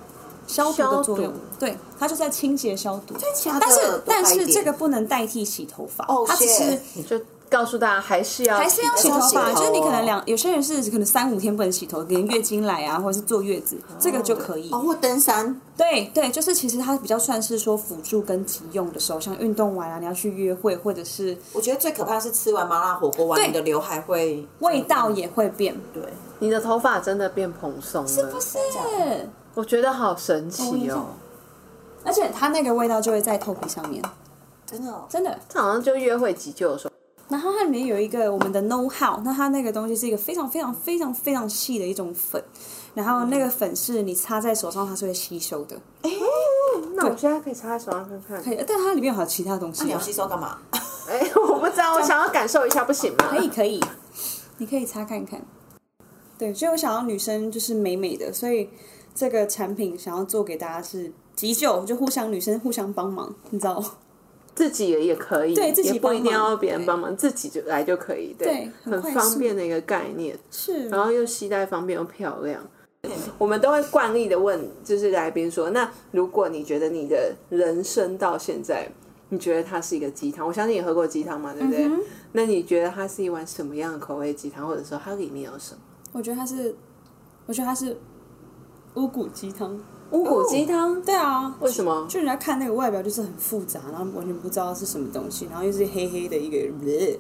Speaker 2: 消毒的作用
Speaker 1: 消毒，
Speaker 2: 对，它就在清洁消毒。
Speaker 3: 假的
Speaker 2: 但
Speaker 3: 多白
Speaker 2: 是
Speaker 3: 一
Speaker 2: 但是
Speaker 3: 点
Speaker 2: 这个不能代替洗头发
Speaker 3: 哦
Speaker 2: 它只是
Speaker 3: shit
Speaker 1: 就告诉大家还是要
Speaker 2: 还是要洗头
Speaker 3: 还是要
Speaker 2: 发，
Speaker 3: 洗头
Speaker 2: 就是你可能两有些人是可能三五天不能洗头，连月经来啊，或者是坐月子，这个就可以。
Speaker 3: 哦，或登山，
Speaker 2: 对哎对，就是其实它比较算是说辅助跟急用的时候，像运动完啊，你要去约会，或者是
Speaker 3: 我觉得最可怕是吃完麻辣火锅完，
Speaker 2: 对
Speaker 3: 你的刘海会
Speaker 2: 味道也会变，
Speaker 3: 对，
Speaker 1: 你的头发真的变蓬松
Speaker 2: 是不
Speaker 1: 了，
Speaker 2: 是？
Speaker 1: 我觉得好神
Speaker 2: 我跟你
Speaker 1: 奇哦
Speaker 2: 说。而且它那个味道就会在头皮上面，
Speaker 3: 真的、哦。
Speaker 2: 真的。
Speaker 1: 这好像就约会急救的时候，
Speaker 2: 然后它里面有一个我们的 No How，那它那个东西是一个非常非常非常非常细的一种粉，然后那个粉是你擦在手上它是会吸收的，
Speaker 1: 那我现在可以擦在手上看看。
Speaker 2: 可以，但它里面还有其他东西、
Speaker 3: 那
Speaker 2: 啊。
Speaker 3: 你要吸收干嘛？
Speaker 1: 哎、 我不知道，我想要感受一下，不行吗？
Speaker 2: 可以可以，你可以擦看看。对，所以我想要女生就是美美的，所以这个产品想要做给大家是急救，就互相女生互相帮忙，你知道吗？
Speaker 1: 自己也也可以，
Speaker 2: 对自己
Speaker 1: 也不一定
Speaker 2: 帮忙
Speaker 1: 要别人帮忙，自己就来就可以，
Speaker 2: 对很
Speaker 1: 很
Speaker 2: 快
Speaker 1: 方
Speaker 2: 速
Speaker 1: 便的一个概念。
Speaker 2: 是
Speaker 1: 然后又携带方便又漂亮。我们都会惯例的问，就是来宾说：“那如果你觉得你的人生到现在，你觉得它是一个鸡汤？我相信你喝过鸡汤嘛，对不
Speaker 2: 嗯
Speaker 1: 对？那你觉得它是一碗什么样的口味鸡汤，或者说它里面有什么？
Speaker 2: 我觉得它是，我觉得它是乌骨鸡汤。
Speaker 1: 五谷鸡汤？
Speaker 2: 对啊，
Speaker 1: 为什么？
Speaker 2: 就人家看那个外表就是很复杂，然后完全不知道是什么东西，然后又是黑黑的一个，呃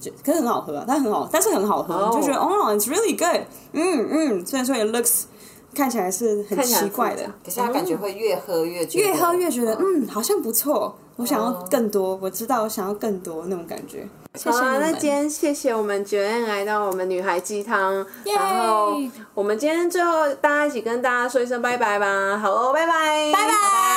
Speaker 2: 就可是很好喝啊，它很好，但是很好喝
Speaker 1: 哦
Speaker 2: 你就觉得哦，it's really good，嗯嗯，虽然说 it looks 看起来是很
Speaker 1: 看起来
Speaker 2: 奇
Speaker 1: 很
Speaker 2: 怪
Speaker 1: 复
Speaker 2: 的
Speaker 1: 杂，
Speaker 3: 可是他感觉会越喝越觉得
Speaker 2: 越喝越觉得嗯，好像不错，我想
Speaker 1: 哦
Speaker 2: 要更多，我知道我想要更多那种感觉。谢
Speaker 1: 好
Speaker 2: 谢
Speaker 1: 啊，
Speaker 2: 你
Speaker 1: 那
Speaker 2: 们。
Speaker 1: 今天谢谢我们九燕来到我们女孩鸡汤，
Speaker 2: 耶
Speaker 1: 然后我们今天最后大家一起跟大家说一声拜拜吧，好哦，拜拜，
Speaker 2: 拜拜。